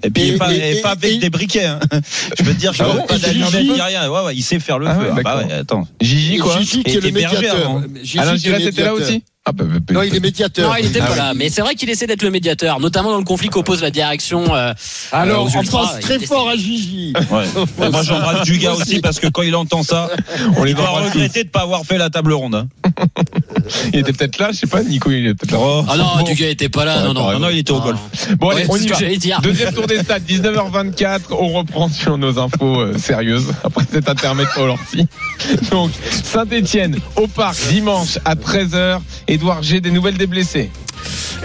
C: Et puis il est
J: Et-
C: pas,
J: et-
C: il est
J: et-
C: pas avec
J: et-
C: des briquets. hein. Je peux te dire qu'il
D: Ah
C: n'y
D: bon
C: a pas
D: Et
C: d'allumette
D: Gigi
C: ni rien. Ouais, ouais, il sait faire le
D: Ah
C: feu.
D: ouais,
C: Ah bah
D: d'accord.
C: ouais, attends.
D: Gigi, quoi
J: Gigi
C: Et
J: qui est le
C: était berger
J: médiateur.
C: avant.
J: Gigi
D: Alain
J: qui est
D: Giresse était là
J: médiateur.
D: aussi Ah, bah, bah, bah,
J: Non, il est médiateur.
I: Non, il était
D: Ah
I: pas
D: oui.
I: là. Mais c'est vrai qu'il essaie d'être le médiateur, notamment dans le conflit qu'oppose la direction. euh,
J: Alors,
I: aux
J: on
I: ultras,
J: pense
I: il
J: très
I: décide.
J: fort à Gigi.
C: Ouais.
D: Oh,
C: Et Moi j'embrasse du gars aussi parce que quand il entend ça,
D: On les
C: il va
D: embrasse
C: regretter de pas avoir fait la table ronde. hein.
D: tous. Il était peut-être là, je sais pas, Nico, il était peut-être là.
I: Ah non,
D: Bon.
I: Dugas était pas là.
D: Ouais,
I: Non, non.
C: Non, non, il était au
I: Ah.
C: golf.
D: Bon, allez,
I: Ouais,
D: on
I: c'est
D: y
I: ce
D: va.
I: que j'allais dire.
D: Deuxième tour des stats, 19h24. On reprend sur nos infos euh, sérieuses après cet intermède au Lorsi. Donc, Saint-Etienne au parc dimanche à 13h. Edouard G, des nouvelles des blessés.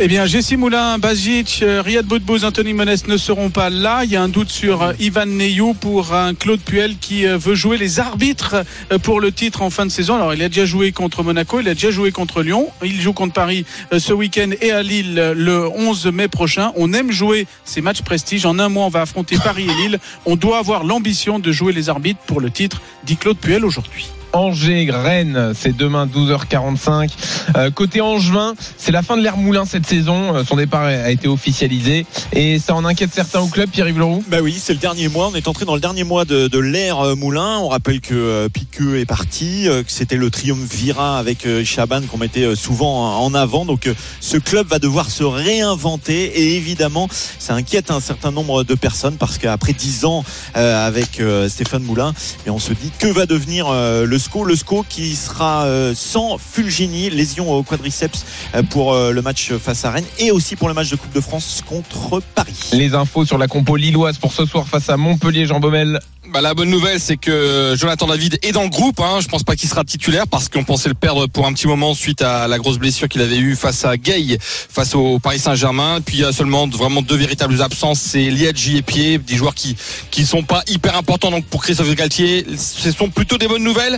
G: Eh bien, Jessie Moulin, Bazic, euh, Riyad Boudbouz, Anthony Monès ne seront pas là. Il y a un doute sur euh, Ivan Neyou pour un Claude Puel qui euh, veut jouer les arbitres euh, pour le titre en fin de saison. Alors, il a déjà joué contre Monaco, il a déjà joué contre Lyon. Il joue contre Paris euh, ce week-end et à Lille euh, le 11 mai prochain. On aime jouer ces matchs prestige. En un mois, on va affronter Paris et Lille. On doit avoir l'ambition de jouer les arbitres pour le titre, dit Claude Puel aujourd'hui.
D: Angers, Rennes, c'est demain 12h45. Euh, côté Angevin, c'est la fin de l'ère Moulin cette saison. Euh, son départ a été officialisé et ça en inquiète certains au club, Pierre-Yves Leroux.
H: Bah oui, c'est le dernier mois. On est entré dans le dernier mois de, de l'ère euh, Moulin. On rappelle que euh, Piqueux est parti, euh, que c'était le triumvirat avec euh, Chaban qu'on mettait euh, souvent en avant. Donc euh, ce club va devoir se réinventer et évidemment, ça inquiète un certain nombre de personnes parce qu'après 10 ans euh, avec euh, Stéphane Moulin, et on se dit que va devenir euh, le SCO, le SCO qui sera euh, sans Fulgini, lésion au quadriceps euh, pour euh, le match face à Rennes et aussi pour le match de Coupe de France contre Paris.
D: Les infos sur la compo lilloise pour ce soir face à Montpellier, Jean Baumel.
F: Bah, la bonne nouvelle, c'est que Jonathan David est dans le groupe. Hein. Je pense pas qu'il sera titulaire parce qu'on pensait le perdre pour un petit moment suite à la grosse blessure qu'il avait eue face à Gay, face au Paris Saint-Germain. Puis il y a seulement vraiment deux véritables absences, c'est Liadji et Pied, des joueurs qui qui sont pas hyper importants. Donc pour Christophe Galtier, ce sont plutôt des bonnes nouvelles.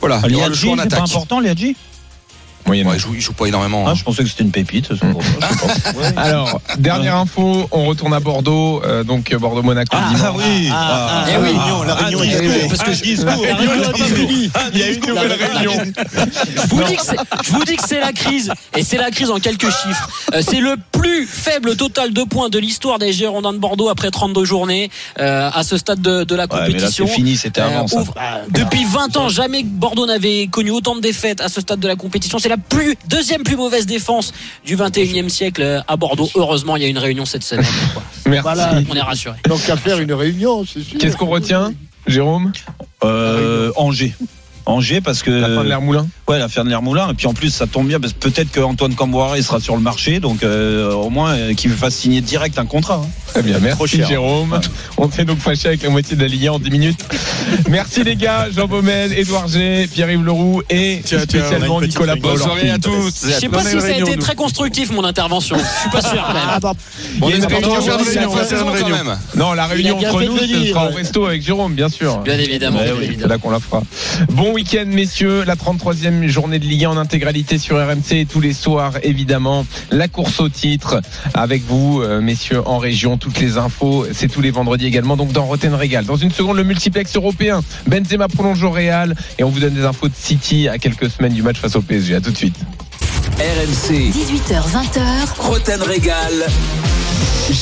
F: Voilà, il y aura le
C: Liadji,
F: choix en
C: c'est pas
F: attaque.
C: important, Liadji
F: Ouais, il, joue, il joue pas énormément.
D: hein.
C: Ah, Je pensais que c'était une pépite. c'est pour ça, je sais pas.
D: Alors, dernière info, on retourne à Bordeaux, euh, donc euh, Bordeaux-Monaco dimanche.
C: Ah oui
H: Ah,
I: eh
H: la
I: oui.
H: réunion, la réunion est
I: oui, parce que
C: Un
I: je-
C: discours.
I: La réunion n'a pas fini.
C: Un discours.
I: La- la- Je vous, dis que c'est- je vous dis que c'est la crise, et c'est la crise en quelques chiffres. Euh, c'est le plus faible total de points de l'histoire des Girondins de Bordeaux après 32 journées euh, à ce stade de, de la
C: Ouais, mais là,
I: compétition.
C: c'est fini, c'était avant, ça.
I: ouvre- euh, depuis 20 ans, jamais Bordeaux n'avait connu autant de défaites à ce stade de la compétition. C'est la plus, deuxième plus mauvaise défense du 21e siècle euh, à Bordeaux. Heureusement, il y a une réunion cette semaine. quoi.
D: Merci.
I: Voilà, on est rassuré.
J: Tant qu'à faire une réunion, c'est sûr.
D: Qu'est-ce qu'on retient, Jérôme
C: Euh, Angers. Angers parce que
D: La fin de l'ère Moulin
C: ouais la fin de l'ère Moulin et puis en plus ça tombe bien parce que peut-être que Antoine Camboiré sera sur le marché donc euh, au moins euh, qu'il me fasse signer direct un contrat. hein.
D: Très bien, merci Jérôme. On s'est donc fâché avec la moitié de la Ligue 1 en 10 minutes. merci les gars, Jean Baumel, Édouard G, Pierre-Yves Leroux et
H: Tiens, tiens, on a
D: spécialement
H: une petite
D: Nicolas
H: réunion.
F: Bonne
D: Paul.
F: soirée à tous.
I: Je sais pas si ça a été très constructif mon intervention. Je suis pas sûr. quand même.
D: Ah,
F: On
D: Il y a une
F: espère
D: réunion,
F: qu'on va faire
D: il y a
F: la
D: une
F: fin de saison quand même.
D: Non, la réunion
J: bien
D: entre
J: fait
D: nous,
J: de
D: ce
J: venir,
D: sera au
J: ouais.
D: resto avec Jérôme, bien sûr. Eh
I: Bien évidemment.
D: Ouais, oui, c'est là qu'on la fera. Bon week-end, messieurs. La 33e journée de Ligue 1 en intégralité sur RMC. Et tous les soirs, évidemment, la course au titre avec vous, euh, messieurs, en région. Toutes les infos, c'est tous les vendredis également. Donc, dans Roten Régal. Dans une seconde, le multiplex européen. Benzema prolonge au Real. Et on vous donne des infos de City à quelques semaines du match face au PSG. À tout de suite.
B: RMC.
A: 18h20h,
B: Roten Régal.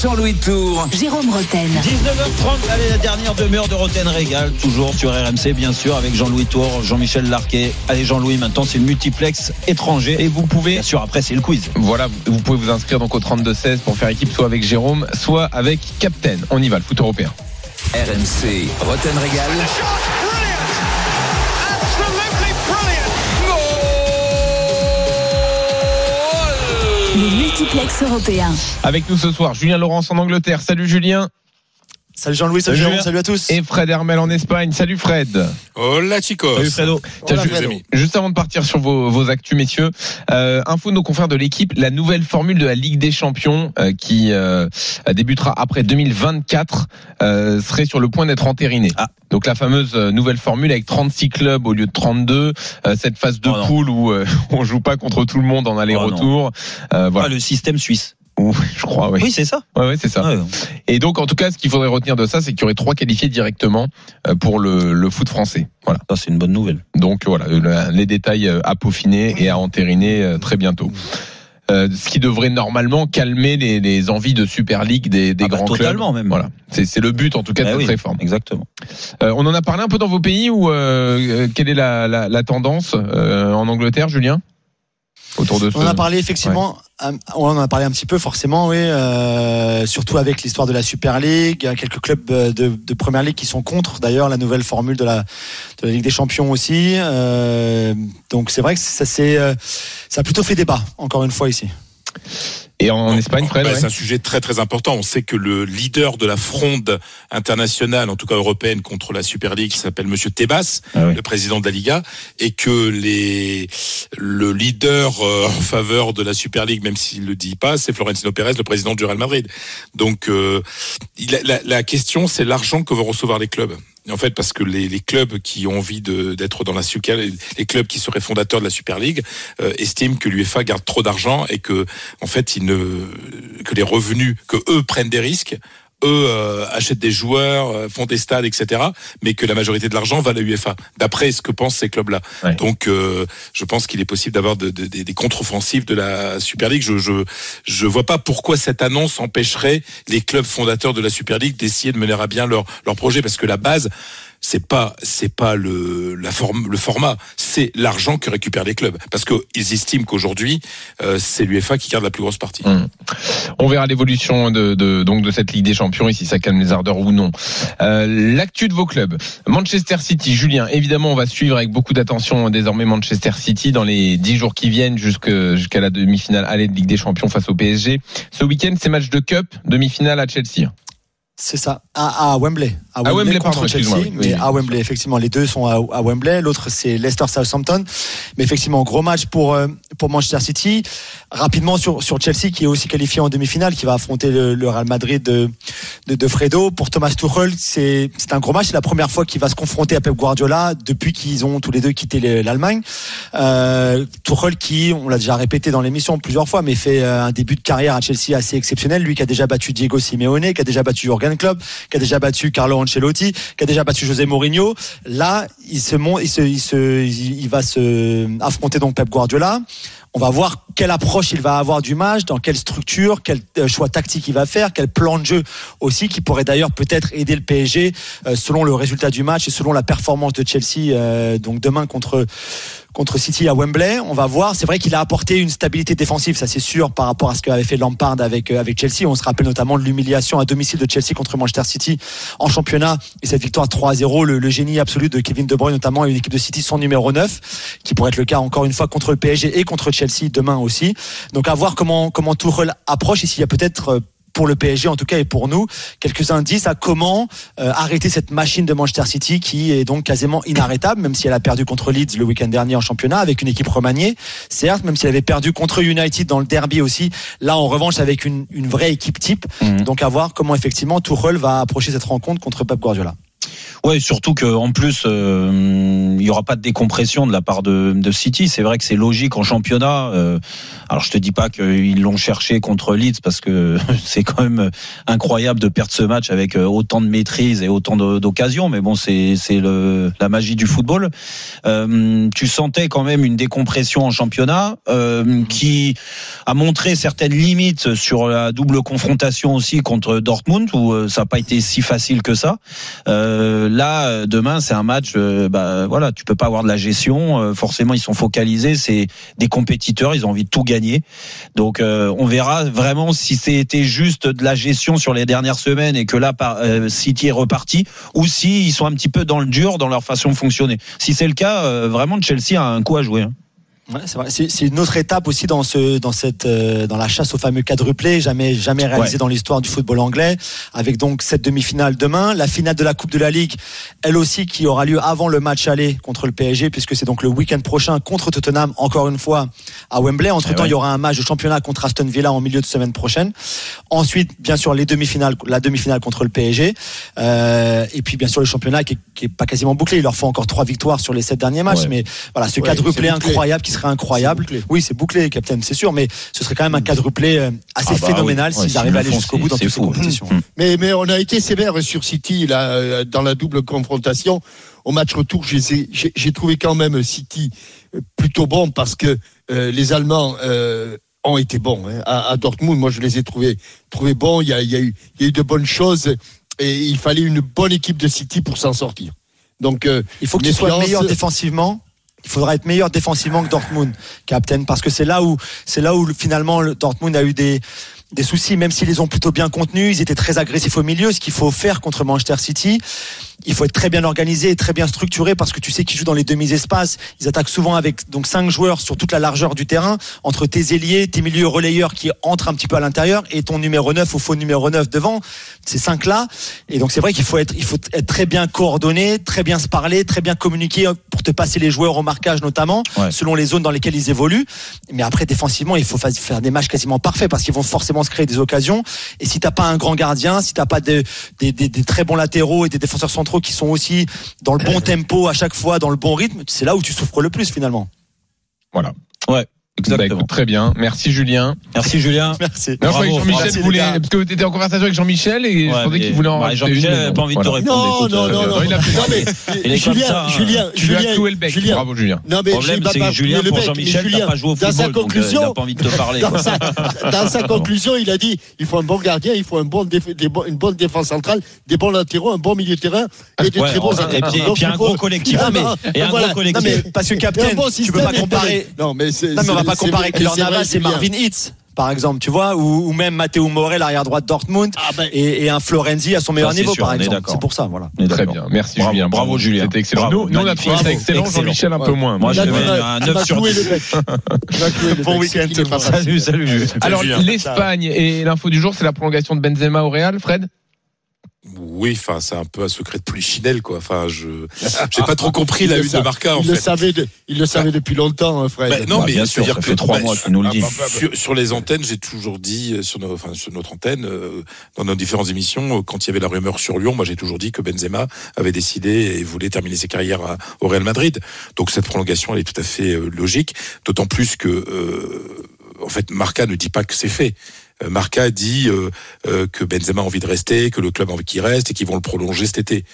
B: Jean-Louis Tour.
A: Jérôme Roten.
C: 19h30 allez la dernière demeure de Roten Régal toujours sur RMC bien sûr avec Jean-Louis Tour, Jean-Michel Larquet. Allez Jean-Louis maintenant c'est le multiplex étranger et
D: Et vous pouvez
C: bien sûr après c'est le quiz.
D: Voilà, vous- vous pouvez vous inscrire donc au 32-16 pour faire équipe soit avec Jérôme, soit avec Captain. On y va, le foot européen.
B: RMC. Roten Régal.
A: Le multiplex européen.
D: Avec nous ce soir, Julien Laurence en Angleterre. Salut Julien.
H: Salut Jean-Louis,
D: Salut
H: salut Jérôme,
D: Julien.
H: salut à tous.
D: Et Fred Hermel en Espagne. Salut Fred.
F: Hola chicos.
C: Salut Fredo.
D: Tiens,
F: Hola,
D: ju-
F: Fredo.
D: juste avant de partir sur vos, vos actus, messieurs, euh, info de nos confrères de l'équipe, la nouvelle formule de la Ligue des Champions euh, qui euh, débutera après 2024 euh, serait sur le point d'être entérinée.
C: Ah.
D: Donc la fameuse euh, nouvelle formule avec 36 clubs au lieu de 32, euh, cette phase de
C: Oh non.
D: poule où euh, on joue pas contre tout le monde en aller-retour. Euh,
C: Ah,
D: voilà,
C: le système suisse.
D: Ouh, je crois, oui.
C: Oui, c'est ça. Ah,
D: Ouais, ouais, c'est ça.
C: Ouais, ouais.
D: Et donc en tout cas, ce qu'il faudrait retenir de ça, c'est qu'il y aurait trois qualifiés directement euh, pour le, le foot français. Voilà.
C: Ça c'est une bonne nouvelle.
D: Donc voilà, le- les détails euh, à peaufiner et à entériner euh, très bientôt. Euh, ce qui devrait normalement calmer les, les envies de Super League des, des
C: Ah bah,
D: grands clubs.
C: totalement même.
D: Voilà, c'est c'est le but en tout cas de
C: Ah
D: cette
C: oui,
D: réforme.
C: Exactement.
D: Euh, on en a parlé un peu dans vos pays ou euh, euh, quelle est la, la, la tendance euh, en Angleterre, Julien Autour de ce...
E: On en a parlé effectivement, un- on en a parlé un petit peu forcément, oui, euh, surtout avec l'histoire de la Super League, il y a quelques clubs euh, de, de Première League qui sont contre d'ailleurs la nouvelle formule de la, de la Ligue des Champions aussi. euh, donc c'est vrai que ça s'est, euh, ça a plutôt fait débat encore une fois ici.
D: Et en, en Espagne, Fred
L: Bah,
D: ouais
L: C'est un sujet très très important. On sait que le leader de la fronde internationale, en tout cas européenne, contre la Super League, qui s'appelle Monsieur Tebas,
C: Ah oui.
L: le président de la Liga, et que les le leader euh, en faveur de la Super League, même s'il le dit pas, c'est Florentino Pérez, le président du Real Madrid. Donc euh, il a- la, la question, c'est l'argent que vont recevoir les clubs. En fait, parce que les, les clubs qui ont envie de- d'être dans la Super, les clubs qui seraient fondateurs de la Super League euh, estiment que l'UEFA garde trop d'argent et que en fait, ils ne, que les revenus, que eux prennent des risques eux euh, achètent des joueurs, euh, font des stades, etc. Mais que la majorité de l'argent va à la UEFA, d'après ce que pensent ces clubs-là.
D: Ouais.
L: Donc, euh, je pense qu'il est possible d'avoir de- de- des- des contre-offensives de la Super League. Je, je je vois pas pourquoi cette annonce empêcherait les clubs fondateurs de la Super League d'essayer de mener à bien leur leur projet, parce que la base. C'est pas c'est pas le la forme le format c'est l'argent que récupèrent les clubs parce qu'ils estiment qu'aujourd'hui euh, c'est l'UEFA qui garde la plus grosse partie.
D: On verra l'évolution de, de- donc de cette Ligue des Champions et si ça calme les ardeurs ou non. Euh, L'actu de vos clubs. Manchester City, Julien, évidemment, on va suivre avec beaucoup d'attention désormais Manchester City dans les 10 jours qui viennent jusque- jusqu'à la demi-finale aller de Ligue des Champions face au PSG. Ce week-end, c'est match de Cup, demi-finale à Chelsea.
E: C'est ça, Ah, à, à Wembley. À
D: Wembley,
E: contre
D: pardon,
E: Chelsea,
D: excuse-moi, oui,
E: mais
D: oui, bien
E: à Wembley, effectivement. Les deux sont à, à Wembley. L'autre, c'est Leicester Southampton. Mais effectivement, gros match pour, euh, pour Manchester City. Rapidement sur, sur Chelsea, qui est aussi qualifié en demi-finale, qui va affronter le, le Real Madrid de, de, de Fredo. Pour Thomas Tuchel, c'est c'est un gros match. C'est la première fois qu'il va se confronter à Pep Guardiola depuis qu'ils ont tous les deux quitté le- l'Allemagne. Euh, Tuchel, qui, on l'a déjà répété dans l'émission plusieurs fois, mais fait euh, un début de carrière à Chelsea assez exceptionnel. Lui qui a déjà battu Diego Simeone, qui a déjà battu Jurgen Klopp, qui a déjà battu Carlo Ancelotti, qui a déjà battu José Mourinho. Là, il se mon- il se, il se- il va se affronter donc Pep Guardiola. On va voir quelle approche il va avoir du match, dans quelle structure, quel euh, choix tactique il va faire, quel plan de jeu aussi, qui pourrait d'ailleurs peut-être aider le PSG euh, selon le résultat du match et selon la performance de Chelsea euh, donc demain contre contre City à Wembley. On va voir. C'est vrai qu'il a apporté une stabilité défensive, ça c'est sûr, par rapport à ce qu'avait fait Lampard avec euh, avec Chelsea. On se rappelle notamment de l'humiliation à domicile de Chelsea contre Manchester City en championnat et cette victoire 3-0, le, le génie absolu de Kevin De Bruyne notamment et une équipe de City sans numéro 9, qui pourrait être le cas encore une fois contre le PSG et contre Chelsea demain aussi. Donc à voir comment comment Tuchel approche et s'il y a peut-être euh, pour le PSG en tout cas et pour nous quelques indices à comment euh, arrêter cette machine de Manchester City qui est donc quasiment inarrêtable, même si elle a perdu contre Leeds le week-end dernier en championnat avec une équipe remaniée, certes, même si elle avait perdu contre United dans le derby aussi. Là, en revanche, avec une, une vraie équipe type.
C: Mhm.
E: Donc, à voir comment effectivement Tuchel va approcher cette rencontre contre Pep Guardiola.
C: Ouais, surtout que en plus, euh, il y aura pas de décompression de la part de, de City. C'est vrai que c'est logique en championnat. euh, alors je te dis pas qu'ils l'ont cherché contre Leeds parce que c'est quand même incroyable de perdre ce match avec euh, autant de maîtrise et autant de- d'occasions. Mais bon, c'est c'est le- la magie du football. Euh, tu sentais quand même une décompression en championnat euh, qui a montré certaines limites sur la double confrontation aussi contre Dortmund où euh, ça n'a pas été si facile que ça. Euh, là, euh, demain, c'est un match. euh, bah, voilà, tu peux pas avoir de la gestion. euh, forcément, ils sont focalisés. C'est des compétiteurs. Ils ont envie de tout gagner. Donc, euh, on verra vraiment si c'était juste de la gestion sur les dernières semaines et que là, par, euh, City est reparti, ou si ils sont un petit peu dans le dur dans leur façon de fonctionner. Si c'est le cas, euh, vraiment, Chelsea a un coup à jouer. hein.
E: Ouais, c'est vrai. C'est c'est une autre étape aussi dans ce, dans cette, euh, dans la chasse au fameux quadruplé, jamais, jamais réalisé
C: Ouais.
E: dans l'histoire du football anglais, avec donc cette demi-finale demain, la finale de la Coupe de la Ligue, elle aussi qui aura lieu avant le match aller contre le PSG, puisque c'est donc le week-end prochain contre Tottenham, encore une fois à Wembley. Entre temps,
C: Eh ouais.
E: il y aura un match de championnat contre Aston Villa en milieu de semaine prochaine. Ensuite, bien sûr, les demi-finales, la demi-finale contre le PSG, euh, et puis bien sûr le championnat qui est, qui est pas quasiment bouclé. Il leur faut encore trois victoires sur les sept derniers matchs,
D: Ouais.
E: mais voilà, ce
J: Ouais,
E: quadruplé
J: c'est bouclé.
E: incroyable qui serait incroyable.
J: C'est bouclé.
E: Oui, c'est bouclé, Captain, c'est sûr, mais ce serait quand même un quadruplé euh, assez
C: Mm. Ah bah
E: phénoménal
C: oui. Ouais,
E: s'ils
C: s'ils
E: arrivent
C: le
E: à aller
C: font,
E: jusqu'au
C: c'est-
E: bout dans
C: c'est
E: toutes ces
C: fou.
E: compétitions.
J: Mais, mais on a été sévère sur City là, euh, dans la double confrontation. Au match retour, je les ai- j'ai j'ai trouvé quand même City euh, plutôt bon parce que euh, les Allemands euh, ont été bons. hein. À, à Dortmund, moi, je les ai trouvés, trouvés bons. Il y, a, il, y a eu, il y a eu de bonnes choses et il fallait une bonne équipe de City pour s'en sortir. Donc, euh,
E: Il faut que tu sois
J: Méfiance.
E: meilleur défensivement. Il faudra être meilleur défensivement que Dortmund, Captain, parce que c'est là où c'est là où le- finalement le Dortmund a eu des des soucis, même s'ils les ont plutôt bien contenus, ils étaient très agressifs au milieu, ce qu'il faut faire contre Manchester City. Il faut être très bien organisé et très bien structuré parce que tu sais qu'ils jouent dans les demi-espaces. Ils attaquent souvent avec donc cinq joueurs sur toute la largeur du terrain, entre tes ailiers, tes milieux relayeurs qui entrent un petit peu à l'intérieur et ton numéro 9 ou faux numéro 9 devant. Ces cinq là. Et donc c'est vrai qu'il faut être, il faut être très bien coordonné, très bien se parler, très bien communiquer pour te passer les joueurs au marquage notamment,
C: Ouais.
E: selon les zones dans lesquelles ils évoluent. Mais après défensivement, il faut fa- faire des matchs quasiment parfaits parce qu'ils vont forcément se créer des occasions. Et si t'as pas un grand gardien, si t'as pas de- des, des- des très bons latéraux et des défenseurs centraux qui sont aussi dans le bon tempo à chaque fois, dans le bon rythme, c'est là où tu souffres le plus finalement.
D: Voilà.
C: Exactement.
D: Bah, écoute, très bien. Merci Julien.
C: Merci Julien.
E: Merci.
D: Non, je croyais
C: Bravo,
D: que Jean-Michel
E: merci, les
D: voulait.
E: gars.
D: Parce que tu étais en conversation avec Jean-Michel et je
C: Ouais,
D: pensais qu'il
C: mais-
D: voulait en
C: Ouais,
D: rajouter
C: Jean-Michel
D: une, mais
C: avait
D: bon,
C: pas envie de te
D: voilà.
C: répondre.
J: Non,
C: écoute,
J: non,
C: euh,
J: non, non.
D: il a fait-
J: Non, mais
C: Il est comme ça,
J: Julien,
C: hein.
J: Julien,
D: Tu as cloué le
J: Julien,
D: bec.
J: Julien.
D: Bravo Julien.
J: Non, mais
C: Le problème,
J: j'ai pas
C: c'est
J: pas
C: que Julien,
J: cloué le
C: pour
J: bec, mais
C: Jean-Michel,
J: Julien,
C: t'as pas joué au
J: dans sa
C: football, donc euh, il
J: conclusion,
C: a pas envie de te parler.
J: dans sa, dans sa conclusion, il a dit il faut un bon gardien, il faut un bon déf- des bo- une bonne défense centrale, des bons latéraux, un bon milieu de terrain et des
C: Ouais,
J: très bons
C: et
J: attaquants.
C: puis- et
J: Donc,
C: puis un
J: il
C: gros
J: faut-
C: collectif.
J: Ah, mais-
C: Non, mais- et un gros collectif.
J: non, mais-
E: Parce que
J: et un
E: Captain,
J: bon
E: tu
J: système,
E: peux pas
J: mais-
E: comparer.
J: Non, mais c'est-
E: Non, mais on va
J: c'est-
E: pas
J: c'est-
E: comparer
J: c'est
E: Keylor
J: vrai,
E: Navas et
J: Julien.
E: Marvin Hitz, par exemple, tu vois, ou, ou même Matteo Morel, l'arrière droit de Dortmund,
J: Ah, ben,
E: et, et un Florenzi à son meilleur
C: bah, Ça, c'est
E: niveau,
C: sûr, on
E: par
C: est
E: exemple.
C: d'accord.
E: C'est pour ça, voilà.
C: On est
D: Très
C: d'accord.
D: bien. Merci
C: Bravo,
D: Julien.
C: Bravo Julien.
D: C'était excellent.
C: Bravo,
D: Nous, nous, on a
C: magnifique.
D: trouvé ça excellent.
E: Excellent.
D: Jean-Michel un peu
J: Ouais.
D: moins.
C: Moi, je
J: Là,
C: le
J: tu
C: mets
J: m'as-
C: à
J: tu
C: 9
J: m'as
C: sur
J: cloué
C: 10.
J: le bec. Tu m'as cloué le
E: Bon
J: bec, c'est
E: week-end,
J: qu'il
E: tout
J: est
E: le
J: pas
E: monde.
J: facile.
C: Salut, salut Julien.
D: Alors
L: Julien.
D: l'Espagne et l'info du jour, c'est la prolongation de Benzema au Real, Fred.
L: Oui, enfin, c'est un peu un secret de polichinelle, quoi. Enfin, je, j'ai pas trop compris la
J: Il le
L: une de
J: sa-
L: Marca, en
J: il le
L: fait.
J: savait de- Il le savait depuis longtemps, hein, Fred.
L: Ben, non,
C: Bah,
L: mais
C: bien
L: je
C: sûr,
L: veux dire
C: ça
L: que
C: fait trois
L: ben,
C: mois
L: sur-
C: qu'ils nous le disent.
L: Sur, sur les antennes, j'ai toujours dit, euh, sur, nos, enfin, sur notre antenne, euh, dans nos différentes émissions, euh, quand il y avait la rumeur sur Lyon, moi j'ai toujours dit que Benzema avait décidé et voulait terminer ses carrières à- au Real Madrid. Donc cette prolongation, elle est tout à fait euh, logique, d'autant plus que, euh, en fait, Marca ne dit pas que c'est fait. Euh, Marca dit euh, euh, que Benzema a envie de rester, que le club a envie qu'il reste et qu'ils vont le prolonger cet été.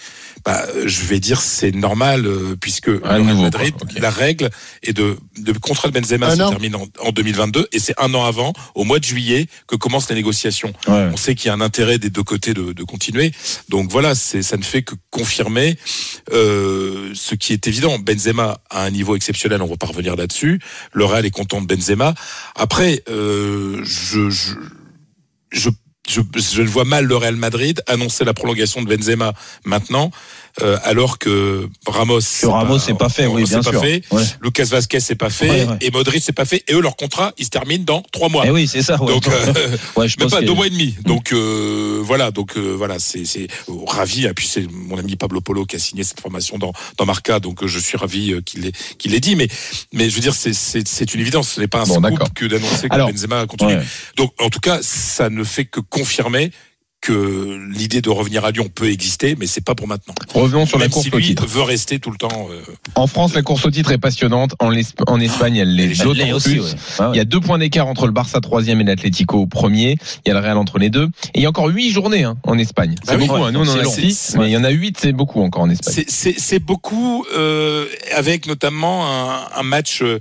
L: Bah, euh, je vais dire c'est normal euh, puisque le Real
D: nouveau,
L: Madrid,
D: quoi, ok.
L: la règle est de le contrat de Benzema
J: Un
L: se
J: an.
L: termine en, en 2022 et c'est un an avant, au mois de juillet, que commencent les négociations.
C: Ouais.
L: On sait qu'il y a un intérêt des deux côtés de, de continuer. Donc voilà, c'est ça ne fait que confirmer euh, ce qui est évident. Benzema a un niveau exceptionnel, on va pas revenir là-dessus. Le Real est content de Benzema. Après, euh, je, je, je, je, je le vois mal le Real Madrid annoncer la prolongation de Benzema maintenant, euh, alors que Ramos,
C: Que Ramos, c'est pas fait, oui,
L: Ramos,
C: bien
L: c'est pas
C: sûr.
L: fait.
C: Ouais.
L: Lucas Vasquez, c'est pas fait.
C: Ouais, ouais.
L: Et Modric, c'est pas fait. Et eux, leur contrat, il se termine dans trois mois.
C: Eh oui, c'est ça. ouais.
L: Donc, euh,
C: Ouais, je
L: même
C: pense
L: pas
C: que-
L: deux mois et demi. Donc euh, voilà, donc euh, voilà, c'est c'est euh, ravi. Et puis c'est mon ami Pablo Polo qui a signé cette formation dans dans Marca. Donc euh, je suis ravi euh, qu'il l'ait qu'il l'ait dit. Mais mais je veux dire, c'est c'est c'est une évidence. Ce n'est pas un
D: Bon, d'accord.
L: scoop que d'annoncer que
D: Alors,
L: Benzema continue.
C: Ouais.
L: Donc, en tout cas, ça ne fait que confirmer que l'idée de revenir à Lyon peut exister, mais c'est pas pour maintenant.
D: Revenons sur la
L: Même
D: course
L: si
D: au
L: lui
D: titre.
L: veut rester tout le temps. euh,
D: En France, la course au titre est passionnante. En, l'Esp- en Espagne, elle l'est
C: Elle l'est
D: d'autant
C: aussi,
D: plus.
C: ouais. Ah ouais.
D: Il y a deux points d'écart entre le Barça troisième et l'Atlético au premier. Il y a le Real entre les deux. Et il y a encore huit journées hein, en Espagne. C'est
L: Bah oui,
D: beaucoup.
L: ouais,
D: hein. Nous, on en
L: c'est
D: a
L: long.
D: six,
L: C'est-
D: mais il y en a huit. C'est beaucoup encore en Espagne.
L: C'est- C'est c'est beaucoup, euh, avec notamment un, un match euh,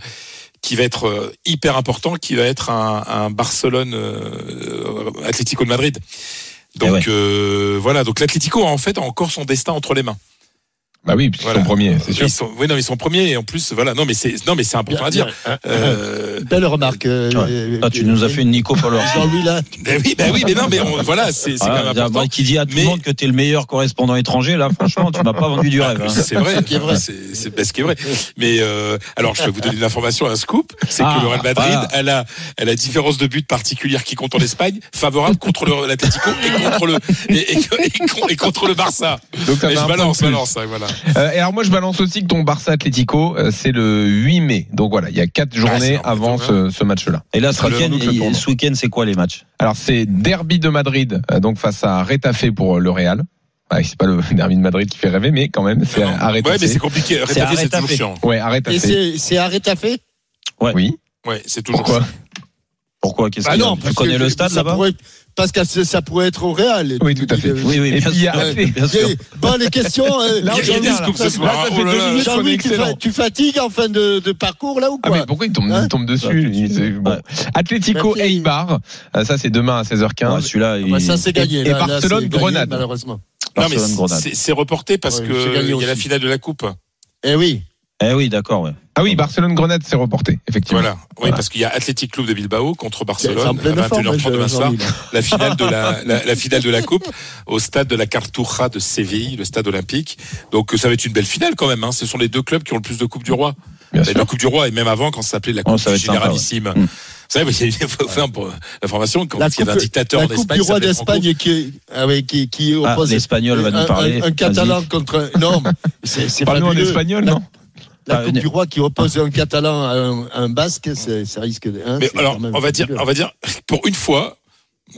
L: qui va être euh, hyper important, qui va être un, un Barcelone euh, Atlético de Madrid. Donc
C: Eh ouais.
L: euh, voilà, donc l'Atlético a en fait encore son destin entre les mains.
D: Bah oui, puisqu'ils
L: Voilà.
D: sont premiers, c'est sûr.
L: Ils sont, oui, non, ils sont premiers et en plus, voilà, non, mais c'est, non, mais c'est important à dire. Euh,
J: Belle remarque. euh,
C: Ouais.
J: euh,
C: Ah, tu nous as fait une Nico Fowler.
J: Jean-Louis, là.
L: ben oui, ben oui, mais non, mais on- voilà, c'est,
C: Ah,
L: c'est quand même
C: d'un
L: important.
C: mec qui dit à tout le
L: Mais-
C: monde que t'es le meilleur correspondant étranger, là, franchement, tu m'as pas vendu du rêve. hein.
L: C'est vrai, c'est c'est ben, ce qui est vrai. Mais euh, alors, je vais vous donner une information, un scoop, c'est
C: Ah,
L: que le Real Madrid
C: voilà.
L: a la, a la différence de but particulière qui compte en Espagne, favorable contre le- l'Atlético et contre le et, et- et con- et contre le Barça.
D: Donc ça
L: Et
D: fait
L: je
D: un point de
L: balance,
D: plus.
L: balance, hein, voilà.
D: Euh, et alors moi je balance aussi que ton Barça Atlético euh, c'est le 8 mai. Donc voilà, il y a quatre journées
L: Ah, c'est en
D: avant
L: octobre.
D: ce, ce match-là.
C: Et là, ce
D: Très bien,
C: week-end,
D: donc, le tournoi.
C: ce week-end, c'est quoi les matchs
D: Alors c'est derby de Madrid euh, donc face à Retafe pour euh, le Real. Ouais, c'est pas le derby de Madrid qui fait rêver mais quand même c'est à
L: Ouais,
D: Retafe.
L: mais c'est compliqué. Rétaper, c'est
C: Rétaper.
L: toujours chiant.
D: Ouais, à Retafe.
J: Et c'est c'est à Rétafé
D: Oui.
L: Ouais, c'est toujours.
D: Pourquoi
L: chiant.
C: Pourquoi Qu'est-ce
J: Bah
C: qu'il y a
J: non,
C: Tu
J: parce
C: connais
J: que
C: le stade
J: ça
C: là-bas
J: pourrait- Parce que ça ça pourrait être au Real.
D: Oui, tout à fait.
J: Euh,
C: Oui, oui,
D: Et
C: bien
D: puis il y
C: sûr.
D: a Atlé-
C: Bien sûr.
J: Bien, Bon, les questions. euh,
D: Là, on
J: Jean-Louis,
D: est bien, là.
L: Coupe ce soir.
D: Là, ça fait
L: Oh là
D: deux
L: là.
D: minutes.
J: Jean-Louis, tu,
D: Excellent.
J: fa- tu fatigues en fin de, de parcours là ou
D: Ah
J: quoi
D: mais pourquoi il tombe,
J: Hein
D: il tombe dessus lui, c'est- bon. Atlético
J: Merci.
D: Eibar, euh, ça c'est demain à 16h15.
C: Ouais, Celui-là,
J: Ah bah,
C: il-
J: Ça, c'est gagné.
D: et
J: là, là,
D: Barcelone,
J: c'est gagné,
D: Grenade.
J: Malheureusement.
L: Non, mais
C: Barcelone, Grenade.
L: c'est- c'est reporté parce
J: Ouais, c'est
L: que
J: gagné
L: il y a la
J: aussi.
L: finale de la Coupe.
J: Eh oui.
C: Eh oui, d'accord, ouais.
D: Ah oui, Barcelone Grenade c'est reporté effectivement.
L: Voilà. Oui, parce qu'il y a Athletic Club de Bilbao contre
J: C'est en
L: Barcelone à
J: pleine forme.
L: 21h30 demain soir.
J: Jean-Louis, là.
L: la finale de la, la, la finale de la coupe au stade de la Cartuja de Séville, le stade olympique. Donc euh, ça va être une belle finale quand même. Hein. Ce sont les deux clubs qui ont le plus de coupe du roi.
D: Bien
L: Mais
D: sûr.
L: la coupe du roi et même avant quand ça s'appelait la coupe
C: Oh, ça va être sympa,
L: généralissime.
C: ouais. Mm.
L: Vous savez, il y a une enfin, pour l'information quand
J: La
L: il y avait un
J: coupe-
L: dictateur
J: la
L: en
J: Coupe
L: Espagne.
J: du
L: qui
J: roi
L: s'appelait Franco.
J: d'Espagne qui, ah ouais, qui, qui
C: Ah,
J: oppose
C: L'espagnol va nous
J: un-
C: parler.
J: Un, un Catalan contre un. Non, mais c'est c'est
D: Parle-nous en
J: fabuleux.
D: espagnol,
J: La-
D: non
J: La,
C: Ah,
J: Coupe
C: une-
J: du roi qui oppose un Catalan à un, à un Basque, c'est- ça risque. de- hein,
L: Mais
J: c'est
L: alors,
J: quand même
L: on va dire,
J: fabuleux.
L: on va dire, pour une fois,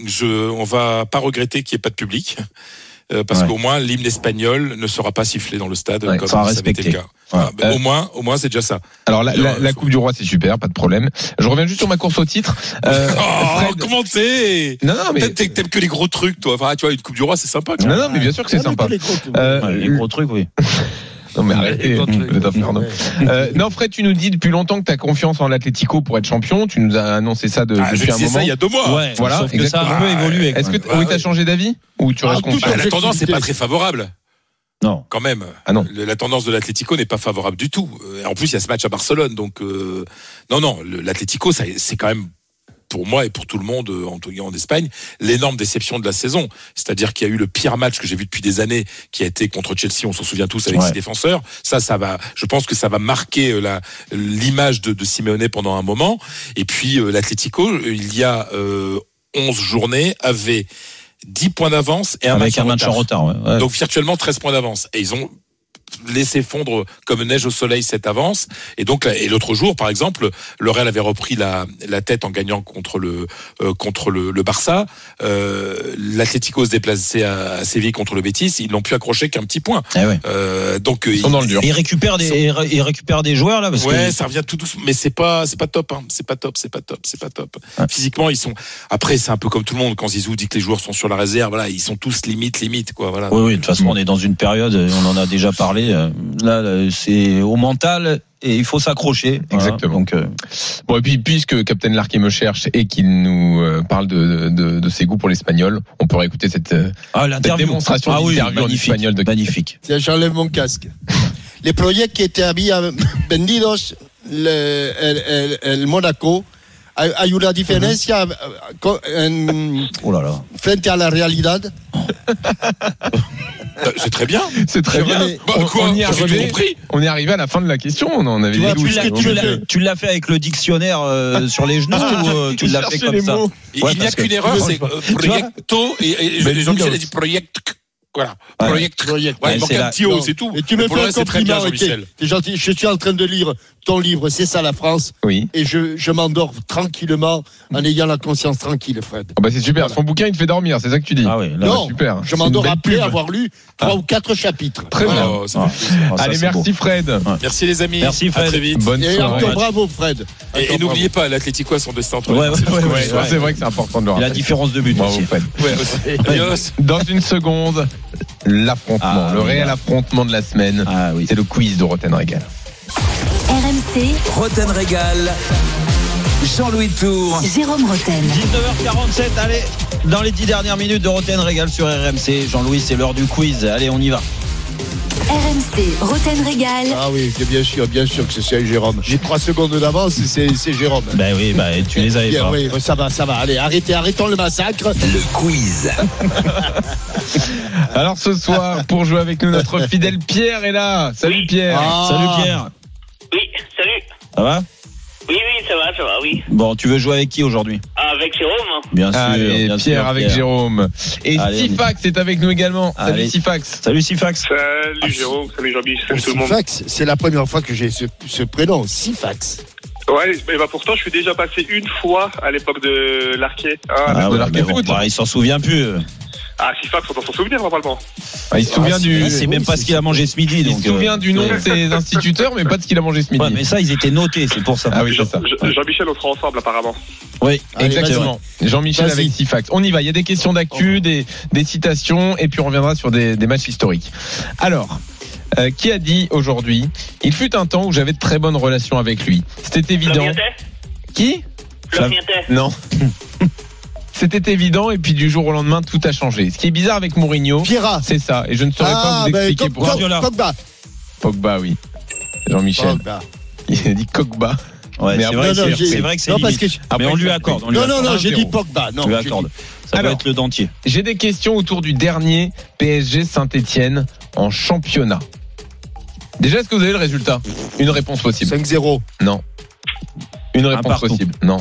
L: je, on va pas regretter qu'il n'y ait pas de public. euh, parce
C: Ouais.
L: qu'au moins l'hymne espagnol ne sera pas sifflé dans le stade
C: Ouais,
L: comme
C: sera
L: ça avait été
C: respecté.
L: le cas. Voilà.
C: Euh,
L: Au moins, au moins c'est déjà ça.
D: Alors la, la- la
L: faut-
D: Coupe du Roi c'est super, pas de problème. Je reviens juste sur ma course au titre. Euh,
L: oh,
D: Fred-
L: comment t'es
D: Non, non, mais
L: Peut-être t'aimes- t'aimes que les gros trucs, toi. Enfin, tu vois, une Coupe du Roi, c'est sympa. quand
D: non,
L: même.
D: non, mais bien sûr que c'est sympa. Euh,
C: Ouais, les gros trucs, oui.
D: Non mais arrêtez,
I: les gros trucs.
D: vous êtes infernaux. Euh, non Fred, tu nous dis depuis longtemps que tu as confiance en l'Atlético pour être champion. Tu nous as annoncé ça de-
L: Ah, je
D: depuis un
L: disais
D: moment.
L: ça il y a deux mois.
C: Ouais,
D: voilà,
C: sauf que ça a un peu
L: exactement.
C: évolué. quand
D: Est-ce que
C: même.
D: t-
L: Ouais,
D: oui,
L: ouais.
D: t'as changé d'avis ou tu
J: Ah,
D: restes
J: tout
D: confiant Bah,
L: Ah, la tendance n'est pas très favorable.
C: Non.
L: Quand même.
D: Ah non.
L: Le- La tendance de l'Atlético n'est pas favorable du tout. Euh, En plus, il y a ce match à Barcelone, donc euh, non, non, le- l'Atlético, ça- c'est quand même pour moi et pour tout le monde euh, en, tout cas en Espagne, l'énorme déception de la saison. C'est-à-dire qu'il y a eu le pire match que j'ai vu depuis des années, qui a été contre Chelsea, on s'en souvient tous, avec
C: Ouais.
L: six défenseurs. Ça, ça va, je pense que ça va marquer euh, la- l'image de, de Simeone pendant un moment. Et puis, euh, l'Atlético, euh, il y a euh, 11 journées, avait 10 points d'avance et un
C: Avec
L: match,
C: un
L: en
C: match en
L: retard.
C: retard, ouais. Ouais.
L: Donc virtuellement 13 points d'avance. Et ils ont laissé fondre comme neige au soleil cette avance. Et donc, là- et l'autre jour, par exemple, le Real avait repris la, la tête en gagnant contre le, euh, contre le, le Barça. Euh, L'Atlético se déplaçait à, à Séville contre le Betis. Ils n'ont pu accrocher qu'un petit point.
C: Eh ouais.
L: Euh, donc,
D: Ils sont dans le dur.
C: Et il récupère des, et ré- il récupère des joueurs là parce
L: ouais,
C: que
L: ça revient tout doucement, mais c'est pas, c'est pas top, hein. c'est pas top, c'est pas top, c'est pas top.
C: Ouais.
L: Physiquement, ils sont. Après, c'est un peu comme tout le monde quand Zizou dit que les joueurs sont sur la réserve. Voilà, ils sont tous limite, limite, quoi. Voilà.
C: Oui, oui, de toute façon, on est dans une période, euh, on en a déjà parlé. euh, Là, là, c'est au mental et il faut s'accrocher. Voilà.
D: Exactement.
C: Donc, euh,
D: Bon, et puis, puisque Captain Larquet me cherche et qu'il nous euh, parle de, de, de ses goûts pour l'espagnol, on peut réécouter cette. euh,
C: ah, l'interview.
D: démonstration
C: ah, oui,
D: d'interview en
C: magnifique,
D: espagnol de-
C: magnifique.
J: Tiens, j'enlève mon casque. Les projets qui étaient habillés vendidos, le, el, el- el Monaco, hay hay una diferencia eh, co- en-
C: Oh là là.
J: frente a la realidad.
L: Euh, C'est très bien.
D: C'est très
J: C'est
D: bien.
J: vrai,
L: Bah,
D: on,
L: quoi
D: on y est
L: J'ai tout
D: arrivé,
L: compris.
D: on est arrivé à la fin de la question. On en avait
J: Tu vois,
D: des
J: plus
D: doutes.
J: que
D: Donc,
C: Tu l'as- Tu l'as fait avec le dictionnaire euh, sur les genoux ou euh, tu l'as fait comme ça
L: Il
C: Ouais,
L: il n'y a
C: parce que-
L: qu'une erreur, c'est euh, proyecto et, et
C: Mais
L: Jean-Michel
C: dis-donc.
L: a dit project. Voilà.
C: Ouais.
L: Project.
J: Project.
L: Ouais,
C: Ouais,
L: il manque
C: c'est
L: un
C: la-
L: petit O,
J: Non.
L: c'est tout.
J: Et tu me
L: Mais pour le
J: fais un
L: reste, c'est très bien,
J: compliment, ok.
L: Jean-Michel.
J: T'es gentil. Je suis en train de lire ton livre, c'est ça la France.
D: Oui. Mm.
J: Et je, je m'endors tranquillement en ayant la conscience tranquille, Fred.
D: Ah bah, c'est super. Son bouquin, il te fait dormir. C'est ça que tu dis.
C: Ah oui, là,
D: Ah,
J: non,
D: super.
J: je
D: C'est
J: m'endors
D: une belle
J: après
D: pub. Ah.
J: avoir lu trois ou quatre chapitres.
D: Très bien.
L: Oh, ça fait-
C: ah, ça,
D: Allez,
C: c'est
D: merci Fred.
L: Merci les amis.
C: Merci,
L: À
C: Fred.
L: très vite.
D: Bonne
J: Et
D: soirée.
J: encore bravo, Fred.
L: Et- Et,
J: Encore bravo.
L: n'oubliez pas, l'Atlético a son destin entre
C: beau. Ouais,
L: les mains.
C: ouais, ouais,
D: Ouais,
C: ouais,
D: ça,
C: ouais.
D: c'est vrai que c'est important de le
C: Et La
D: rappeler.
C: différence de but
D: Bravo
C: aussi.
D: Fred.
L: Adios.
D: Dans une seconde, l'affrontement,
C: Ah,
D: le
C: oui,
D: réel
C: là.
D: affrontement de la semaine.
C: Ah oui.
D: C'est le quiz de Roten Regal.
A: RMC,
B: Roten Régal. Jean-Louis Tour.
A: Jérôme Roten.
C: 19h47, allez, dans les 10 dernières minutes de Roten Régal sur RMC. Jean-Louis, c'est l'heure du quiz. Allez, on y va.
A: RMC, Roten Régal.
J: Ah oui, bien sûr, bien sûr que c'est- c'est Jérôme. J'ai trois secondes d'avance et c'est c'est Jérôme.
C: Ben oui, bah, tu les avais
J: Bien,
C: pas.
J: oui, ça va, ça va. Allez, arrêtez, arrêtons le massacre.
B: Le quiz.
D: Alors ce soir, pour jouer avec nous, notre fidèle Pierre est là. Salut Pierre.
J: Ah.
C: Salut Pierre.
M: Oui, salut.
C: Ça va
M: Oui, oui, ça va, ça va, oui.
C: Bon, tu veux jouer avec qui aujourd'hui
M: Avec Jérôme.
C: Bien
D: Allez,
C: bien
D: Pierre
C: sûr,
D: avec Jérôme. Et
C: Allez, on y-
D: Sifax est avec nous également. Salut
C: Allez.
D: Sifax.
C: Salut Sifax. Ah, Oh,
M: Salut Jérôme, salut Jean-Michel, salut tout le monde.
J: Sifax, c'est la première fois que j'ai ce, ce prénom, Sifax.
M: Ouais, mais bah pourtant, je suis déjà passé une fois à l'époque de l'arquet. Ah,
C: Ah,
D: de
C: ouais,
D: l'arc
C: mais
D: et
C: bon,
D: foot.
C: bah, il s'en souvient plus. euh.
M: ah Sifax, on s'en souvient normalement.
D: Ah, il se souvient
J: Ah,
D: du.
C: Il sait même pas ce qu'il a mangé ce midi.
D: Il
C: donc,
D: se souvient
C: euh,
D: du nom de
C: c'est-
D: ses instituteurs, mais pas de ce qu'il a mangé ce midi.
C: Ouais, mais ça, ils étaient notés, c'est pour ça.
D: Ah oui, c'est
M: Jean-
D: ça.
M: Je- Jean-Michel, on sera ensemble apparemment.
C: Oui,
J: Allez,
D: Exactement. Jean-Michel
J: Vas-y.
D: avec Sifax. On y va. Il y a des questions
C: Oh.
D: d'actu, des, des citations, et puis on reviendra sur des, des matchs historiques. Alors, euh, qui a dit aujourd'hui Il fut un temps où j'avais de très bonnes relations avec lui. C'était évident. Qui
M: Flop Nientet.
D: Non. C'était évident, et puis du jour au lendemain, tout a changé. Ce qui est bizarre avec Mourinho,
J: Pierra.
D: c'est ça. Et je ne
C: Ah,
D: saurais pas vous
J: ben,
D: expliquer
J: Pog-
D: pourquoi.
C: Guardiola.
J: Pogba.
D: Pogba, oui. Jean-Michel.
J: Pogba.
D: Il a dit Pogba.
C: Ouais, c'est
D: Mais après,
C: vrai,
J: non,
C: c'est-
J: j'ai-
C: c'est vrai que c'est
J: Non, parce
C: limite.
J: que. je-
C: Mais
D: Après,
C: on lui
D: ça-
C: accorde. on lui
J: Non, non,
C: accorde.
J: non, j'ai dit
D: 1-0.
J: Pogba. Non,
C: On lui
J: j'ai
C: accorde.
J: dit-
C: Ça va
D: Alors.
C: être le dentier.
D: J'ai des questions autour du dernier PSG Saint-Etienne en championnat. Déjà, est-ce que vous avez le résultat Une réponse possible.
J: 5-0.
D: Une
C: Un
D: réponse
C: partout.
D: possible. Non.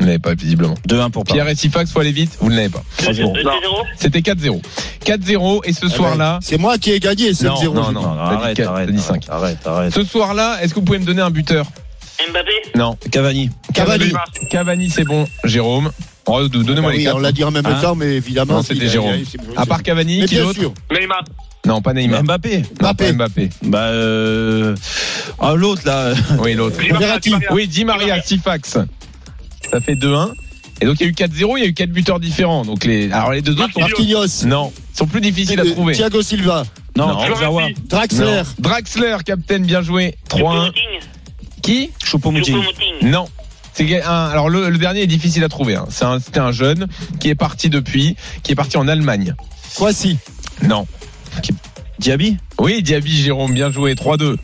D: Vous n'avez pas, visiblement.
C: 2-1 pour Paris.
D: Pierre et Sifax, faut aller vite, vous ne l'avez pas.
C: 3-0.
M: 2-0
D: C'était 4-0. 4-0, et ce
J: Ah
D: soir-là.
J: ben, C'est moi qui ai gagné, 5-0.
D: non,
J: je
D: non.
J: dis.
D: T'as dit
C: Arrête,
D: quatre,
C: arrête,
D: t'as dit cinq.
C: arrête, arrête, arrête.
D: Ce soir-là, est-ce que vous pouvez me donner un buteur
M: Mbappé
D: Non.
C: Cavani.
J: Cavani.
D: Cavani, c'est bon, Jérôme. Oh, d- Donnez-moi
J: Ah oui,
D: les quatre.
J: on l'a dit en même
D: Hein
J: temps, mais évidemment.
D: Non, c'était
J: il a-
D: Jérôme.
J: il a- c'est-
D: À part Cavani,
J: Mais
D: qui
J: bien
D: d'autre
J: sûr.
M: Neymar.
D: Non, pas Neymar.
C: Mbappé.
D: Non, pas Mbappé.
C: Bah, euh... ah, l'autre là.
D: Oui, l'autre.
M: Di Maria, Verratti. Di Maria.
D: Oui, Di Maria, Tifax. Ça fait 2-1. Et donc, il y a eu 4-0, il y a eu 4 buteurs différents. Donc, les... Alors, les deux autres sont...
J: Marquinhos.
D: Non, sont plus difficiles à
J: Euh,
D: trouver.
J: Thiago Silva.
C: Non,
D: Non.
C: Zawa.
J: Draxler.
D: Non. Draxler, capitaine, bien joué. 3-1. Qui
C: Choupo-Moting.
D: Non. C'est un- alors le, le dernier est difficile à trouver. hein. C'est un- C'était un jeune qui est parti depuis, qui est parti en Allemagne.
J: Croatie.
D: Non.
C: Diaby
D: Oui, Diaby, Jérôme, bien joué. 3-2.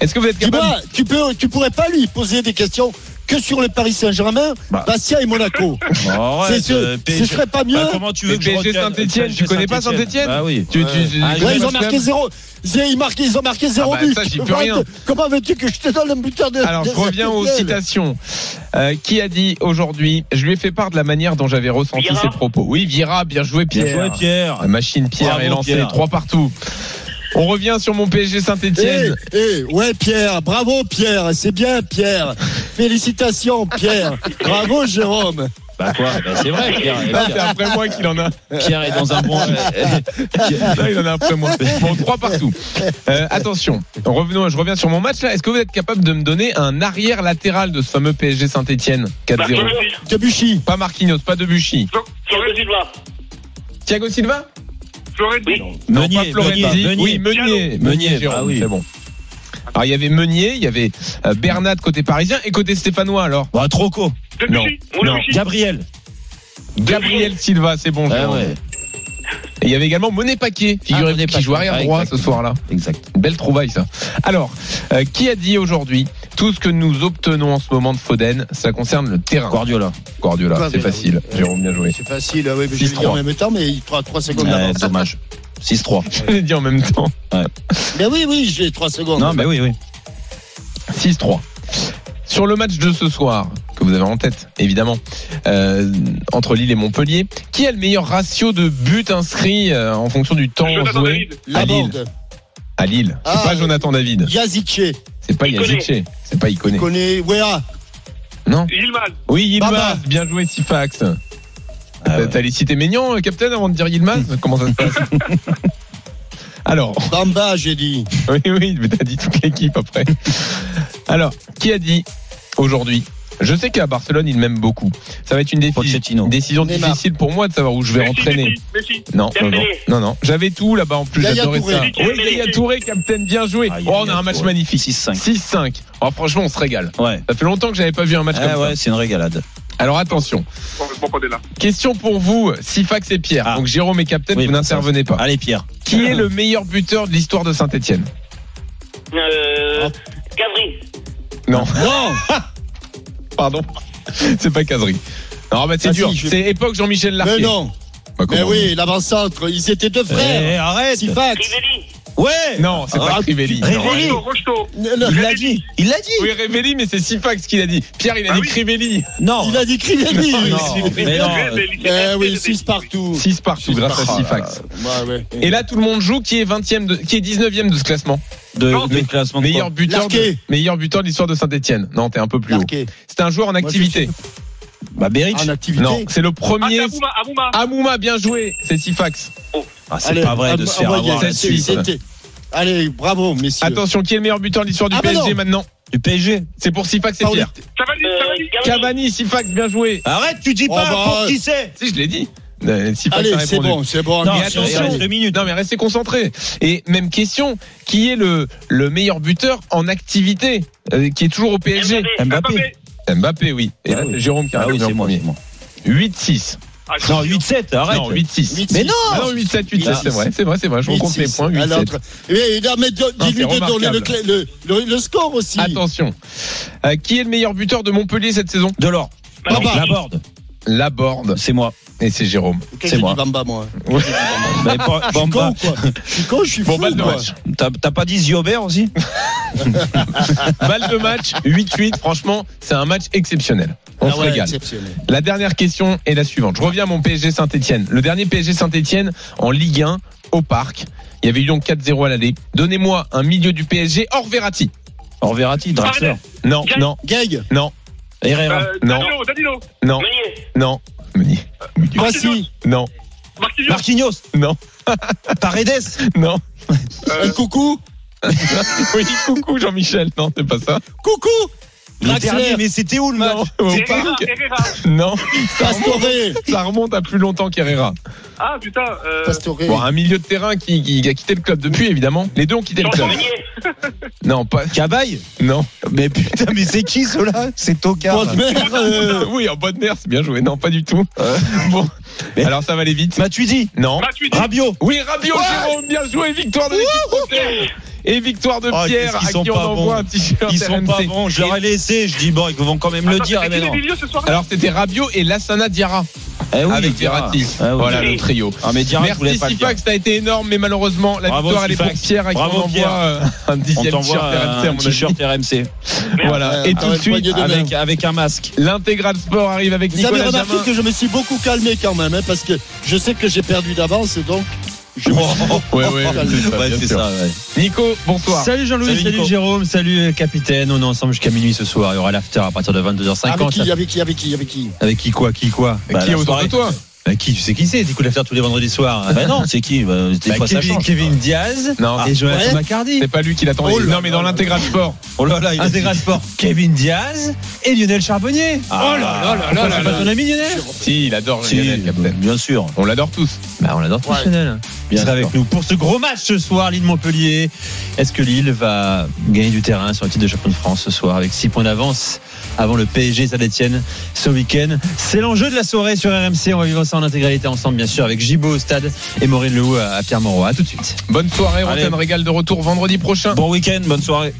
D: Est-ce que vous êtes
J: Tu,
C: Bah,
D: capable
J: vois, tu, peux, tu pourrais pas lui poser des questions que sur le Paris Saint-Germain,
C: Bah.
J: Bastia et Monaco.
C: Oh, ouais,
J: C'est ce-
C: euh,
J: ce serait pas mieux.
C: Bah, comment tu veux que je
D: PSG
C: retienne
D: Saint-Étienne, tu connais pas Saint-Étienne
C: Bah oui.
D: Tu- tu- tu-
C: Ah,
D: tu-
J: Ouais, ils
D: Parce
J: ont
D: que-
J: marqué zéro. Ils, marquent- ils ont marqué zéro
D: Ah bah,
J: but.
D: ça, j'y peux
J: Comment-
D: rien.
J: Comment veux-tu que je te donne un buteur de
D: Alors, je
J: de
D: reviens
J: cette
D: aux
J: gueule
D: citations. Euh, qui a dit aujourd'hui Je lui ai fait part de la manière dont j'avais ressenti
M: Vieira
D: ses propos. Oui, Vira, bien joué, Pierre.
C: Bien joué, Pierre.
D: La machine Pierre
C: Bravo,
D: est lancée,
C: Pierre.
D: trois partout. On revient sur mon PSG
J: Eh,
D: Saint-Etienne.
J: eh, ouais, Pierre. Bravo, Pierre. C'est bien, Pierre. Félicitations, Pierre. Bravo, Jérôme.
C: Bah quoi Bah, C'est vrai, Pierre.
D: Ah, c'est après moi qu'il en a.
C: Pierre est dans un bon.
D: Là, il en a après moi. Bon, trois partout. Euh, attention, revenons, je reviens sur mon match là. Est-ce que vous êtes capable de me donner un arrière latéral de ce fameux PSG Saint-Etienne 4-0
J: Debuchy.
D: Pas Marquinhos, pas Debuchy.
M: Florent Silva.
D: Thiago Silva
M: Florent
D: Non,
C: Meunier,
D: pas Florenzi.
C: Meunier, Meunier.
D: Oui, Meunier.
C: Meunier,
D: Jérôme,
C: ah oui.
D: c'est bon. Alors, il y avait Meunier, il y avait euh, Bernat côté parisien et côté stéphanois alors.
C: Bah, Troco.
M: Debuchy. Monaco.
C: Gabriel.
D: Gabriel Silva, c'est bon.
C: Ah
D: Jérôme.
C: ouais,
D: Et il y avait également Monet Paquet,
C: Ah,
D: figurez-vous,
C: Monet
D: qui
C: Paquet.
D: joue arrière
C: Ah,
D: droit ce
C: exactement.
D: soir-là.
C: exact.
D: Belle trouvaille ça. Alors, euh, qui a dit aujourd'hui tout ce que nous obtenons en ce moment de Foden, ça concerne le terrain.
C: Guardiola.
D: Guardiola, c'est
J: Guardiola,
D: facile.
J: oui.
D: Jérôme, bien joué.
J: C'est facile, oui, mais je l'ai
D: 6-3.
J: dit en même temps, mais il prend 3 secondes
C: Ouais,
J: d'avance.
C: dommage. 6-3.
D: Je l'ai dit en même temps.
J: Mais Eh oui, oui, j'ai 3 secondes.
C: Non, mais oui, oui.
D: 6-3. Sur le match de ce soir, que vous avez en tête, évidemment, euh, entre Lille et Montpellier, qui a le meilleur ratio de buts inscrits euh, en fonction du temps
M: Jonathan
D: joué
M: David.
J: La
D: à Lille.
J: bande.
D: à Lille C'est
J: Ah,
D: pas
J: oui.
D: Jonathan David,
J: Yazice.
D: c'est pas
M: Iconé.
D: Yazice, c'est pas Iconé.
J: Connaît ah. Wea.
M: Yilmaz.
D: Oui,
J: Baba.
D: Yilmaz, bien joué Sifax.
J: Ah
D: T'as- T'as les cités Maignan, euh, Captain, avant de dire Yilmaz Comment ça se passe Alors,
J: Bamba, j'ai dit.
D: oui, oui, mais t'as dit toute l'équipe après. Alors, qui a dit aujourd'hui Je sais qu'à Barcelone, ils m'aiment beaucoup. Ça va être une défi-
C: Pochettino.
D: décision
J: Neymar.
D: difficile pour moi de savoir où je vais
M: Messi,
D: entraîner.
M: Messi, Messi.
D: Non, non, non,
M: Dembélé.
D: non, non. J'avais tout là-bas en plus,
J: Yaya
D: j'adorais
J: Touré.
D: ça.
M: Dembélé.
D: Oui, Yaya Touré, Captain, bien joué.
C: Ah,
D: Oh, on a
C: Yaya
D: un match
C: Touré.
D: magnifique.
C: 6-5.
D: 6-5. Oh, franchement, on se régale.
C: Ouais.
D: Ça fait longtemps que j'avais pas vu un match
C: Ah
D: comme ça.
C: ouais, c'est une régalade.
D: Alors attention.
M: Bon, bon, on est là.
D: Question pour vous, Sifax et Pierre.
C: Ah.
D: Donc Jérôme et Captain,
C: Oui,
D: vous
C: bah,
D: n'intervenez pas.
C: Allez, Pierre.
D: Qui est le meilleur buteur de l'histoire de Saint-Etienne
M: Euh, Gabri.
D: Non. Pardon. C'est pas Casery. Non, bah c'est
J: Ah,
D: dur.
J: si, je-
D: C'est époque Jean-Michel Larquet.
J: Mais non.
D: Bah,
J: Mais
D: comment-
J: oui, l'avant-centre. Ils étaient deux frères.
C: Eh, arrête.
J: Sifax.
M: Rivelli.
C: Ouais.
D: Non, Oh, c'est
C: Ah,
D: pas Crivelli.
C: Révelli.
D: Non.
M: Rocheteau, Rocheteau.
C: Il l'a dit. Il l'a dit.
D: Oui, Révelli, mais c'est Sifax qui l'a dit. Pierre, il a
M: Ah
D: dit
M: oui.
D: Crivelli.
C: Non.
J: Il a dit Crivelli.
C: Non, mais non. Euh,
M: Rivelli, c'est
J: Eh oui,
M: Rivelli.
J: 6 partout.
D: 6 partout grâce à Sifax.
J: Ouais, ouais.
D: Et là, tout le monde joue qui est 20e de, qui est 19e de ce classement.
C: De,
M: Non,
C: de classement. de
D: Meilleur buteur, de,
J: Larquet.
D: meilleur buteur de l'histoire de Saint-Etienne. Non, t'es un peu plus haut.
J: Marqué.
D: C'est un joueur en activité.
C: quoi Bah, Beric.
J: En activité.
D: Non, c'est le
M: Ah, c'est
D: premier.
M: Amouma, Amouma. Oh.
D: Amouma, bien joué. C'est Sifax.
C: Ah, c'est
J: Allez,
C: pas vrai de
J: envo-
C: se faire
J: envoyez,
C: avoir
J: c'est-
C: là-dessus.
J: c'est- c'était- Allez, bravo, messieurs.
D: Attention, qui est le meilleur buteur de l'histoire du
J: Ah bah
D: PSG
J: non.
D: maintenant
C: Du PSG.
D: C'est pour Sifax et
J: Paoli.
D: Pierre.
M: Cavani, Cavani.
D: Cavani, Sifax, bien joué.
C: Arrête, tu dis
J: Oh,
C: pas
J: bah,
C: pour
J: ouais.
C: qui c'est.
D: Si, je l'ai dit. Euh, Sifax a
J: Allez, c'est
D: répondu.
J: bon, c'est bon.
C: Non,
D: mais
C: c'est-
D: attention.
C: il reste deux minutes.
D: Non, mais restez concentrés. Et même question, qui est le, le meilleur buteur en activité euh, qui est toujours au PSG
C: Mbappé.
D: Mbappé, oui. Et
C: Ah
D: là,
C: oui.
D: c'est Jérôme qui a
C: Ah oui,
D: répondu en
C: c'est moi.
D: premier.
C: c'est moi.
D: 8-6.
M: Ah, je
C: Non,
M: suis
C: 8-7, arrête.
D: Non, 8-6.
J: 8-6. Mais non
D: Ah non, 8-7, 8-7, c'est vrai, c'est vrai, c'est vrai. Je
J: Huit,
D: recompte
J: six.
D: les points,
J: À
D: 8-7.
J: l'autre. Mais, non, mais do-
D: Non,
J: dis-lui
D: c'est
J: de donner le,
D: remarquable.
J: clé- le, le- le score aussi.
D: Attention. Euh, qui est le meilleur buteur de Montpellier cette saison
C: Delors.
J: Bamba.
C: La borde.
D: Laborde.
C: C'est moi.
D: Et c'est Jérôme.
J: Qu'est-ce
C: c'est
J: que j'ai
C: moi.
J: dit, Bamba, moi.
C: Bah, bon-
J: Je suis con,
C: Bamba.
J: ou quoi. Je suis con, je suis
D: Bon,
J: fou,
D: balle de
J: moi.
D: match.
C: T'as t'as pas dit Ziobert aussi
D: Balle de match, 8-8. Franchement, c'est un match exceptionnel. On
J: Ah
D: se
J: ouais,
D: régale.
J: exceptionnel.
D: La dernière question est la suivante. Je reviens à mon PSG Saint-Etienne. Le dernier PSG Saint-Etienne en Ligue 1 au parc. Il y avait eu donc 4-0 à l'aller. Donnez-moi un milieu du PSG hors Verratti.
C: Or Verratti, Draxler.
D: Non,
M: Gaël.
D: non,
J: Gag,
D: non. Herrera.
N: Euh,
D: non.
N: Danilo, Danilo.
D: Non. Non. Meunier.
N: Marquinhos.
D: Non.
N: Marquinhos.
H: Marquinhos.
D: Non.
H: Paredes.
D: Non.
N: Euh,
D: coucou. oui, coucou Jean-Michel. Non, c'est pas ça.
J: Coucou
H: Le dernier, mais c'était où le match
D: Non. Au
N: Herrera,
D: parc.
N: Herrera.
D: Non. Ça remonte,
J: Pastoré
D: ça remonte à plus longtemps qu'Herrera.
N: Ah putain. Euh,
J: Pastoré
D: Bon, un milieu de terrain qui, qui a quitté le club depuis, évidemment. Les deux ont quitté le club. Non, pas.
H: Cabaye
D: Non.
H: Mais putain, mais c'est qui ceux-là C'est Tocard.
J: Bonne mère euh,
D: Oui, en bonne merde, c'est bien joué. Non, pas du tout. Bon.
H: Mais-
D: Alors ça va aller vite.
H: Matuidi.
D: Non.
N: Matuidi.
H: Rabiot.
D: Oui, Rabiot, Jérôme, bien joué, victoire de l'équipe française. Et victoire de
C: Ah,
H: Oh,
D: Pierre,
H: qu'est-ce qu'ils
D: à
H: sont
D: qui on
H: pas
D: envoie
H: bons.
D: un t-shirt
H: Ils sont pas
D: RMC.
H: bons. Je leur ai laissé. Je dis, bon, ils vont quand même le
N: attends,
H: dire.
N: c'était
H: mais
N: qui
H: non.
N: les milieux ce soir
D: Alors c'était Rabiot et Lassana Diarra
H: Eh oui,
D: avec
H: Diarra.
D: Verratti.
H: Ah oui.
D: Voilà le trio.
H: Ah, mais Diarra, je voulais
D: Merci
H: pas le dire.
D: Sifax, ça a été énorme, mais malheureusement la
H: Bravo,
D: victoire elle est pour
H: Sifax.
D: Pierre à qui on
H: Bravo,
D: envoie
H: Pierre.
D: euh, un
H: On
D: dixième t-shirt
H: t'envoie
D: RMC à mon
H: un
D: avis.
H: t-shirt RMC
D: Voilà. Et
J: Ah,
D: tout de
J: ouais,
D: suite,
J: poignée de main.
D: avec
H: avec, avec un masque.
D: l'intégral sport arrive avec
J: Vous avez
D: Nicolas
J: remarqué
D: Jamin.
J: que je me suis beaucoup calmé quand même, hein, parce que je sais que j'ai perdu d'avance, donc je me suis beaucoup
D: Oh, Ouais, ouais,
J: calmé.
D: c'est ça,
H: Ouais,
D: bien
H: c'est
D: sûr.
H: ça. ouais.
D: Nico, bonsoir.
C: Salut Jean-Louis,
H: Salut,
C: salut,
H: Nico.
C: Jérôme, salut euh, capitaine. On est ensemble jusqu'à minuit ce soir. Il y aura l'after à partir de 22h50.
J: Avec qui, avec qui, avec qui, avec qui
C: Avec qui quoi Qui quoi
D: Et
C: Bah,
D: qui est
C: la
D: autour
C: soirée.
D: de toi
C: Bah, Qui Tu sais qui c'est T'écoutes l'after tous les vendredis soirs.
H: Ah bah non, c'est qui Bah, des
C: Bah,
H: fois, ça
C: Kevin,
H: change.
C: Kevin Diaz
D: Non,
C: et Jonathan
J: ouais
C: Macardy.
D: c'est pas lui qui l'attend.
J: Oh là
D: Non, mais dans l'intégral sport.
H: Oh là là, il a dit-
C: Intégral Sport. Ah, Kevin Diaz et Lionel Charbonnier.
H: Ah.
C: oh là là là là là. C'est pas ton ami Lionel
D: Si, il adore
H: Si,
D: Lionel, capitaine.
H: bien sûr.
D: On l'adore tous.
C: Bah, on adore
J: Ouais.
C: professionnel. Lionel. Il
H: Bien
C: sera
H: sûr.
C: avec nous pour ce gros match ce soir, Lille-Montpellier. Est-ce que Lille va gagner du terrain sur le titre de champion de France ce soir avec 6 points d'avance avant le PSG Saint-Etienne ce week-end C'est l'enjeu de la soirée sur RMC. On va vivre ça en intégralité ensemble, bien sûr, avec Gibo au stade et Maureen Lehoux à à Pierre Mauroy. À tout de suite.
D: Bonne soirée,
H: Allez.
D: Rotten Régal de retour vendredi prochain.
H: Bon week-end, bonne soirée.